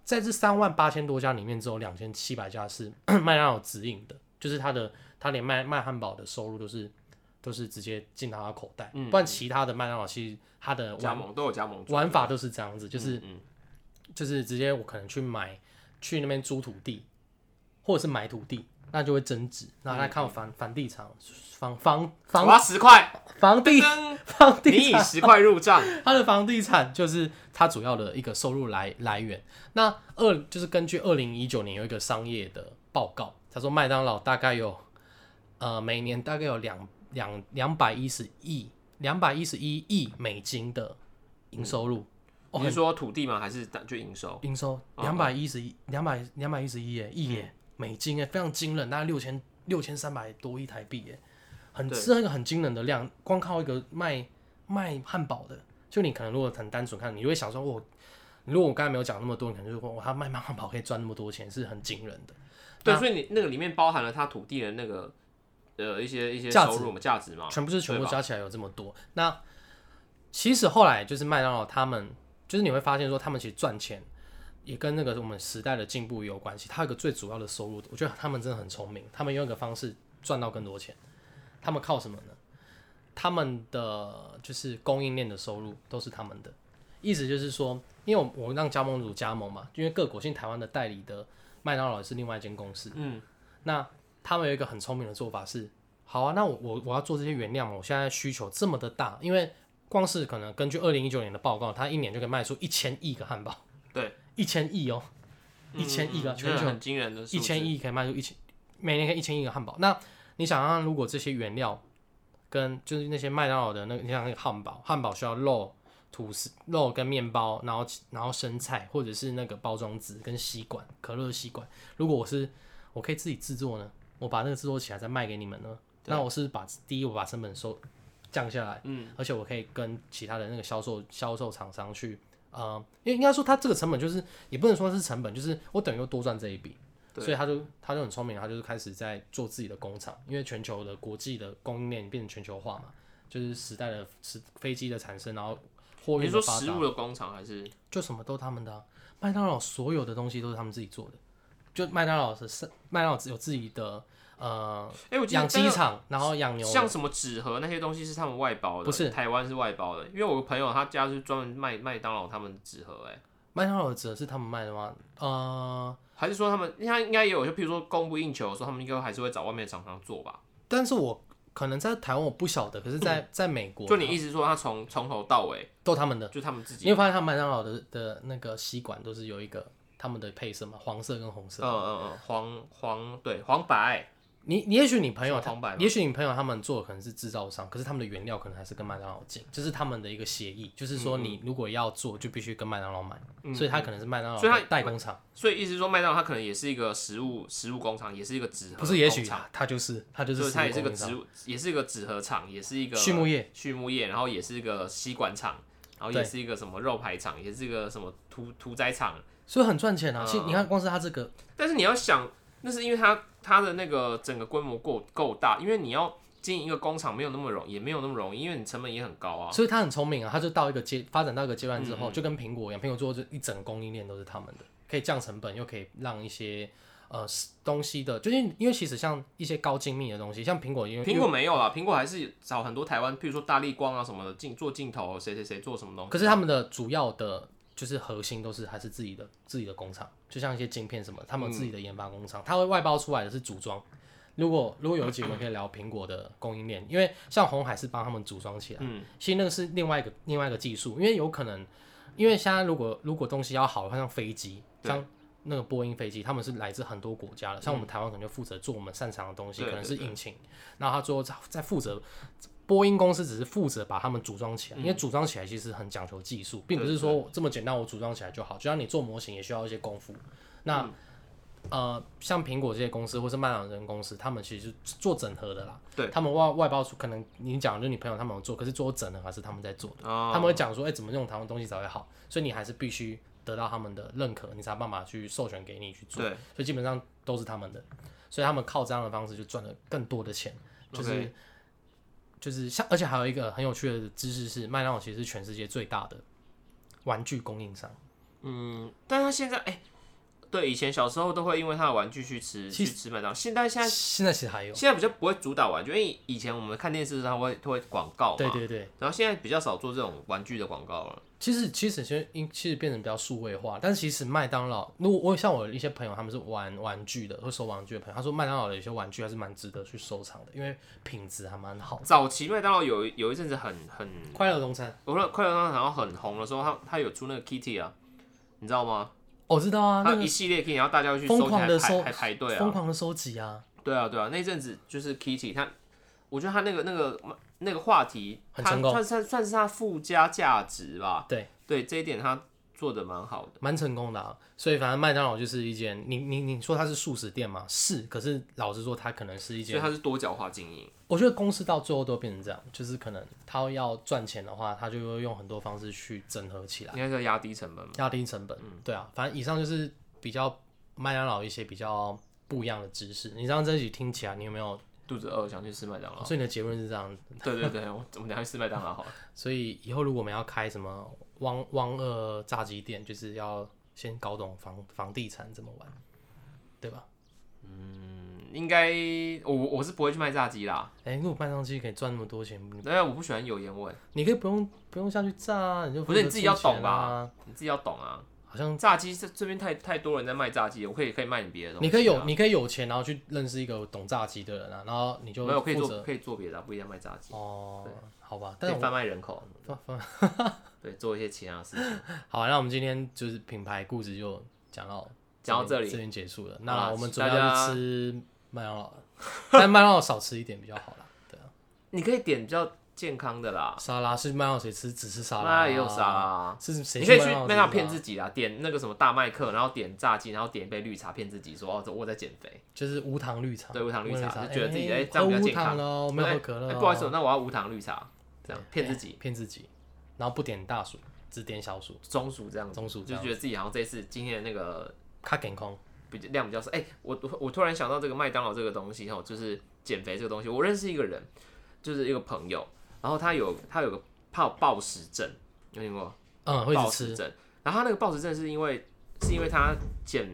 Speaker 1: 在这三万八千多家里面，只有两千七百家是 麦当劳直营的，就是他的他连卖卖汉堡的收入都是都是直接进他的口袋，不然其他的麦当劳其实它的
Speaker 2: 加
Speaker 1: 玩
Speaker 2: 盟都有加盟主
Speaker 1: 玩法都是这样子，就是
Speaker 2: 嗯嗯
Speaker 1: 就是直接我可能去买去那边租土地，或者是买土地，那就会增值，那他
Speaker 2: 嗯
Speaker 1: 看房房地产房房
Speaker 2: 我
Speaker 1: 房
Speaker 2: 要十块，
Speaker 1: 房地
Speaker 2: 噔
Speaker 1: 房
Speaker 2: 你
Speaker 1: 地
Speaker 2: 以
Speaker 1: 产
Speaker 2: 十块入 账，
Speaker 1: 它的房地产就是它主要的一个收入来来源。那二就是根据二零一九年有一个商业的报告，他说麦当劳大概有呃每年大概有两两两百一十亿两百一十一亿美金的营收入，哦
Speaker 2: 你是说土地吗？还是就营收？哦
Speaker 1: 营收两百一十一两百两百一十一耶亿
Speaker 2: 嗯
Speaker 1: 耶美金耶，非常惊人，大概六千六千三百多亿台币耶，很
Speaker 2: 对
Speaker 1: 是那个很惊人的量。光靠一个卖卖汉堡的，就你可能如果很单纯看，你就会想说，我如果我刚才没有讲那么多，你可能就说，哇，哦他卖卖汉堡可以赚那么多钱，是很惊人的。
Speaker 2: 对，所以你那个里面包含了他土地的那个呃一些一些
Speaker 1: 价值
Speaker 2: 收入嘛，价值嘛，
Speaker 1: 全部是全部
Speaker 2: 对吧
Speaker 1: 加起来有这么多。那其实后来就是麦当劳他们，就是你会发现说他们其实赚钱也跟那个我们时代的进步有关系。它有一个最主要的收入，我觉得他们真的很聪明，他们用一个方式赚到更多钱。他们靠什么呢？他们的就是供应链的收入都是他们的，意思就是说，因为我我让加盟主加盟嘛，因为各国现在台湾的代理的麦当劳也是另外一间公司，
Speaker 2: 嗯，
Speaker 1: 那他们有一个很聪明的做法是，好啊，那我我我要做这些原料嘛，我现在需求这么的大，因为光是可能根据二零一九年的报告，它一年就可以卖出一千亿个汉堡，
Speaker 2: 对，
Speaker 1: 一千亿哦，一千亿个啊
Speaker 2: 嗯
Speaker 1: 全
Speaker 2: 这
Speaker 1: 球
Speaker 2: 很惊人的数字，
Speaker 1: 一千亿可以卖出一千，每年可以一千亿个汉堡。那你想想，如果这些原料跟就是那些麦当劳的那个，你想那个汉堡，汉堡需要肉、吐司、肉跟面包，然后然后生菜或者是那个包装纸跟吸管、可乐吸管。如果我是我可以自己制作呢，我把那个制作起来再卖给你们呢，
Speaker 2: 对
Speaker 1: 那我是把第一我把成本收降下来。
Speaker 2: 嗯，
Speaker 1: 而且我可以跟其他的那个销售销售厂商去，呃，因为应该说他这个成本就是也不能说是成本，就是我等于又多赚这一笔，
Speaker 2: 对
Speaker 1: 所以他就他就很聪明，他就是开始在做自己的工厂，因为全球的国际的供应链变成全球化嘛，就是时代的时飞机的产生，然后货
Speaker 2: 你
Speaker 1: 运
Speaker 2: 说
Speaker 1: 的发
Speaker 2: 食
Speaker 1: 达，
Speaker 2: 物的工厂还是
Speaker 1: 就什么都他们的啊、麦当劳所有的东西都是他们自己做的，就麦当劳是是麦当劳有自己的呃
Speaker 2: 哎、我记得
Speaker 1: 养
Speaker 2: 那
Speaker 1: 鸡
Speaker 2: 个
Speaker 1: 场，然后养牛的，
Speaker 2: 像什么纸盒那些东西是他们外包的，
Speaker 1: 不是
Speaker 2: 台湾是外包的。因为我有个朋友他家就是专门卖麦当劳他们的纸盒、哎，
Speaker 1: 麦当劳的纸是他们卖的吗？呃，
Speaker 2: 还是说他们他应该也有，就譬如说供不应求的时候，他们应该还是会找外面的厂商做吧？
Speaker 1: 但是我可能在台湾我不晓得，可是在在美国
Speaker 2: 嗯就你意思说他从从头到尾
Speaker 1: 都他们的，
Speaker 2: 就他们自己，
Speaker 1: 你会发现他麦当劳的的那个吸管都是有一个他们的配色嘛，黄色跟红色。
Speaker 2: 嗯嗯嗯，黄黄对黄白，
Speaker 1: 你你也许你朋友
Speaker 2: 是黄白
Speaker 1: 他，
Speaker 2: 吗
Speaker 1: 也许你朋友他们做的可能是制造商，可是他们的原料可能还是跟麦当劳进，这是他们的一个协议，就是说
Speaker 2: 嗯
Speaker 1: 你如果要做就必须跟麦当劳买，所以他可能是麦当劳
Speaker 2: 所以它
Speaker 1: 的代工厂，
Speaker 2: 所以意思说麦当劳它可能也是一个食物食物工厂，也是一个纸盒
Speaker 1: 不是也许
Speaker 2: 工厂
Speaker 1: 他他就是他就
Speaker 2: 就是是它也是
Speaker 1: 食物
Speaker 2: 个
Speaker 1: 工厂
Speaker 2: 植物，也是一个纸盒厂，也是一个
Speaker 1: 畜牧业
Speaker 2: 畜牧业，然后也是一个吸管厂，然后也是一个什么肉排厂，也是一个什么屠屠宰厂。
Speaker 1: 所以很赚钱啊。
Speaker 2: 嗯
Speaker 1: 其实你看光是他这个，
Speaker 2: 但是你要想，那是因为它它的那个整个规模够够大，因为你要经营一个工厂没有那么容易，也没有那么容易，因为你成本也很高啊。
Speaker 1: 所以他很聪明啊，他就到一个阶发展到一个阶段之后，就跟苹果一样，苹果做这一整个供应链都是他们的，可以降成本，又可以让一些。呃，东西的，就是因为其实像一些高精密的东西，像苹果，因为
Speaker 2: 苹果没有啦，苹果还是找很多台湾，譬如说大力光啊什么的镜做镜头，谁谁谁做什么东西。
Speaker 1: 可是他们的主要的，就是核心都是还是自己的自己的工厂，就像一些晶片什么，他们自己的研发工厂，它会外包出来的是组装。如果如果有一集我们可以聊苹果的供应链，因为像红海是帮他们组装起来，嗯，其实那个是另外一个另外一个技术，因为有可能，因为现在如果如果东西要好的话，像飞机，
Speaker 2: 对嗯
Speaker 1: 像那个波音飞机，他们是来自很多国家的，像我们台湾可能就负责做我们擅长的东西，
Speaker 2: 对
Speaker 1: 可能
Speaker 2: 对
Speaker 1: 是引擎，然后他最后再再负责波音公司只是负责把它们组装
Speaker 2: 嗯
Speaker 1: 起来，因为组装起来其实很讲求技术，并不是说这么简单，我组装起来就好。就像你做模型也需要一些功
Speaker 2: 嗯
Speaker 1: 夫。那、呃，像苹果这些公司或是麦当劳这些公司，他们其实是做整合的啦。
Speaker 2: 啊对
Speaker 1: 他们外外包出，可能你讲的就是你朋友他们有做，可是做整合还是他们在做。
Speaker 2: 啊、
Speaker 1: 他们会讲说，哎、怎么用台湾东西才会好？所以你还是必须得到他们的认可，你才有办法去授权给你去做。
Speaker 2: 对，
Speaker 1: 所以基本上都是他们的，所以他们靠这样的方式就赚了更多的钱，就是
Speaker 2: OK
Speaker 1: 就是像，而且还有一个很有趣的知识是，麦当劳其实是全世界最大的玩具供应商，
Speaker 2: 嗯，但他现在哎、对，以前小时候都会因为他的玩具去吃去吃麦当劳，现在现在
Speaker 1: 现在其实还有，
Speaker 2: 现在比较不会主打玩具，因为以前我们看电视上会会广告嘛，
Speaker 1: 对对对，
Speaker 2: 然后现在比较少做这种玩具的广告了。
Speaker 1: 其实其实其实因其实变成比较数位化，但是其实麦当劳，如果我像我有一些朋友他们是玩玩具的，会收玩具的朋友，他说麦当劳的有些玩具还是蛮值得去收藏的，因为品质还蛮好的。
Speaker 2: 早期麦当劳有一有一阵子很很，
Speaker 1: 快乐农场，
Speaker 2: 我说快乐当然后很红的时候，他他有出那个 Kitty 啊，你知道吗？
Speaker 1: 哦我知道啊，
Speaker 2: 他
Speaker 1: 那
Speaker 2: 有一
Speaker 1: 个
Speaker 2: 系列 Kitty，然后大家会去
Speaker 1: 疯
Speaker 2: 收集
Speaker 1: 狂
Speaker 2: 还
Speaker 1: 地
Speaker 2: 排
Speaker 1: 收
Speaker 2: 还排队
Speaker 1: 疯
Speaker 2: 啊，
Speaker 1: 狂的收集啊，
Speaker 2: 对啊对啊，那阵子就是 Kitty，他我觉得他那个那个那个话题，
Speaker 1: 很
Speaker 2: 他
Speaker 1: 成功
Speaker 2: 算算算是他附加价值吧。
Speaker 1: 对
Speaker 2: 对，这一点他做的蛮好的。
Speaker 1: 蛮成功的、啊，所以反正麦当劳就是一间，你你你说它是素食店嘛？是，可是老实说，它可能是一
Speaker 2: 所
Speaker 1: 间，
Speaker 2: 以它是多角化经营。
Speaker 1: 我觉得公司到最后都变成这样，就是可能它要赚钱的话，它就会用很多方式去整合起来，
Speaker 2: 应该是要压低成本嘛。
Speaker 1: 压低成本。
Speaker 2: 嗯
Speaker 1: 对啊，反正以上就是比较麦当劳一些比较不一样的知识。你让这一集听起来，你有没有？
Speaker 2: 肚子饿，想去吃麦当劳。
Speaker 1: 所以你的结论是这样，
Speaker 2: 对对对，我我们等一下去吃麦当劳好了。
Speaker 1: 所以以后如果我们要开什么汪汪二炸鸡店，就是要先搞懂房房地产怎么玩，对吧？
Speaker 2: 嗯应该我我我是不会去卖炸鸡啦，
Speaker 1: 哎、如果卖上去可以赚那么多钱，
Speaker 2: 因为我不喜欢有烟味，
Speaker 1: 你可以不用不用下去炸啊，你就
Speaker 2: 不是你自己要懂
Speaker 1: 吧？
Speaker 2: 你自己要懂啊。
Speaker 1: 好像
Speaker 2: 炸鸡这这边太太多人在卖炸鸡了，我可以可以卖你别的东西啊。
Speaker 1: 你可以有你可以有钱，然后去认识一个懂炸鸡的人啊，然后你就
Speaker 2: 没有可以
Speaker 1: 负
Speaker 2: 做
Speaker 1: 责
Speaker 2: 可以做别的啊，不一定要卖炸鸡，
Speaker 1: 哦，好吧。
Speaker 2: 可
Speaker 1: 但
Speaker 2: 以
Speaker 1: 是我
Speaker 2: 贩卖人口，
Speaker 1: 放放
Speaker 2: 对，做一些其他的 事情。
Speaker 1: 好啊，那我们今天就是品牌故事就讲到
Speaker 2: 讲到这
Speaker 1: 这
Speaker 2: 里
Speaker 1: 这边结束了。
Speaker 2: 好
Speaker 1: 那
Speaker 2: 啦
Speaker 1: 我们准备
Speaker 2: 大家
Speaker 1: 要去吃麦当劳了，但麦当劳少吃一点比较好啦。对啊，
Speaker 2: 你可以点比较健康的啦，
Speaker 1: 沙拉是麦当劳谁吃只吃沙
Speaker 2: 麦
Speaker 1: 拉啊，
Speaker 2: 当劳也有沙拉啊。
Speaker 1: 是谁？
Speaker 2: 你可以去麦当劳骗
Speaker 1: 子，
Speaker 2: 自己啦，点那个什么大麦克，然后点炸鸡，然后点一杯绿茶，骗自己说哦，这我在减肥。
Speaker 1: 就是无糖绿茶，
Speaker 2: 对无糖绿茶就
Speaker 1: 哎
Speaker 2: 觉得自己哎这
Speaker 1: 我
Speaker 2: 样比较
Speaker 1: 无
Speaker 2: 健
Speaker 1: 糖
Speaker 2: 康
Speaker 1: 了，我没有喝可乐
Speaker 2: 哎
Speaker 1: 哦。哎
Speaker 2: 不好意思，那我要无糖绿茶，这样骗自己，
Speaker 1: 骗自己，然后不点大薯，只点小薯，
Speaker 2: 中暑这样子，
Speaker 1: 中暑这
Speaker 2: 就
Speaker 1: 样
Speaker 2: 觉得自己好像这次今天的那个
Speaker 1: 卡健康。
Speaker 2: 比量比较少。哎、我我我突然想到这个麦当劳这个东西哦，就是减肥这个东西，我认识一个人，就是一个朋友，然后它有它有个暴暴食症，有听过？
Speaker 1: 嗯，会一
Speaker 2: 暴
Speaker 1: 直
Speaker 2: 食
Speaker 1: 吃，
Speaker 2: 症。然后他那个暴食症是因为是因为他减，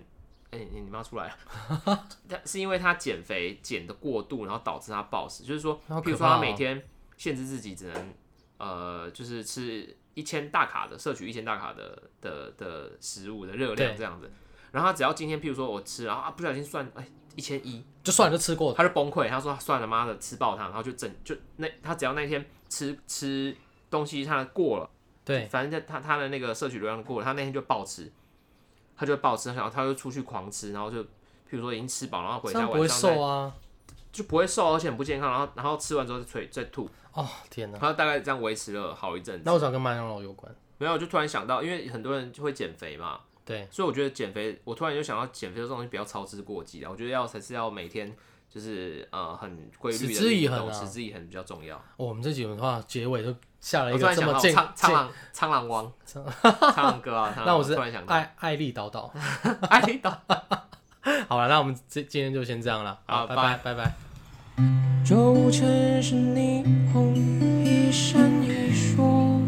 Speaker 2: 哎、你你妈出来了， 他是因为他减肥减的过度，然后导致他暴食，就是说，
Speaker 1: 好可怕哦
Speaker 2: 譬如说他每天限制自己只能呃，就是吃一千大卡的，摄取一千大卡的的的食物的热量
Speaker 1: 对
Speaker 2: 这样子。然后他只要今天，譬如说我吃，然后啊不小心算，哎一千一，
Speaker 1: 就算了就吃过，
Speaker 2: 他就崩溃，他说算了，妈的，吃爆它，然后就整就那他只要那天吃吃东西，他过了。
Speaker 1: 对，
Speaker 2: 反正在他他的那个摄取流量过了，他那天就暴吃，他就暴吃，然后他就出去狂吃，然后就譬如说已经吃饱，然后回
Speaker 1: 这
Speaker 2: 家
Speaker 1: 样不
Speaker 2: 晚
Speaker 1: 会
Speaker 2: 上再
Speaker 1: 瘦啊。
Speaker 2: 就不会瘦，而且很不健康，然后然后吃完之后再吹再吐，
Speaker 1: 哦，天哪！
Speaker 2: 然后大概这样维持了好一阵子。
Speaker 1: 那我想跟麦当劳有关，
Speaker 2: 没有，我就突然想到，因为很多人就会减肥嘛，
Speaker 1: 对，
Speaker 2: 所以我觉得减肥，我突然就想到减肥这种东西不要操之过急啊了，我觉得要才是要每天就是呃很规律
Speaker 1: 持
Speaker 2: 的
Speaker 1: 之以
Speaker 2: 运
Speaker 1: 恒
Speaker 2: 动
Speaker 1: 啊
Speaker 2: 持之以恒比较重要。
Speaker 1: 哦我们这集的话结尾就下了
Speaker 2: 我
Speaker 1: 一
Speaker 2: 突
Speaker 1: 个
Speaker 2: 然
Speaker 1: 这
Speaker 2: 想
Speaker 1: 么
Speaker 2: 到
Speaker 1: 健
Speaker 2: 苍苍
Speaker 1: 健，
Speaker 2: 狼苍狼王苍狼哥啊，苍狼
Speaker 1: 那我
Speaker 2: 王
Speaker 1: 是
Speaker 2: 突然 想到，
Speaker 1: 爱爱力倒倒。
Speaker 2: 哎，你懂。
Speaker 1: 好了，那我们今今天就先这样了，
Speaker 2: 好
Speaker 1: 拜拜拜拜。
Speaker 3: 周城是霓虹，一闪一烁。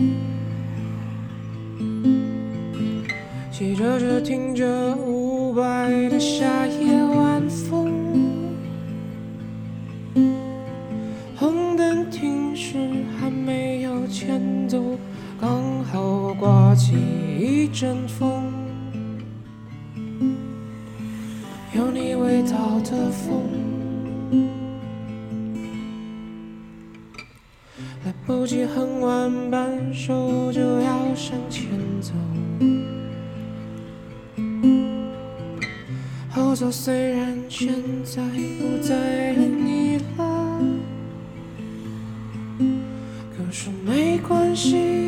Speaker 3: 骑着车，听着伍佰的《夏夜晚风》，红灯停时还没有前走，刚好刮起一阵风，有你味道的风。来不及哼完半首就要向前走。后座虽然现在不再有你了，可是没关系。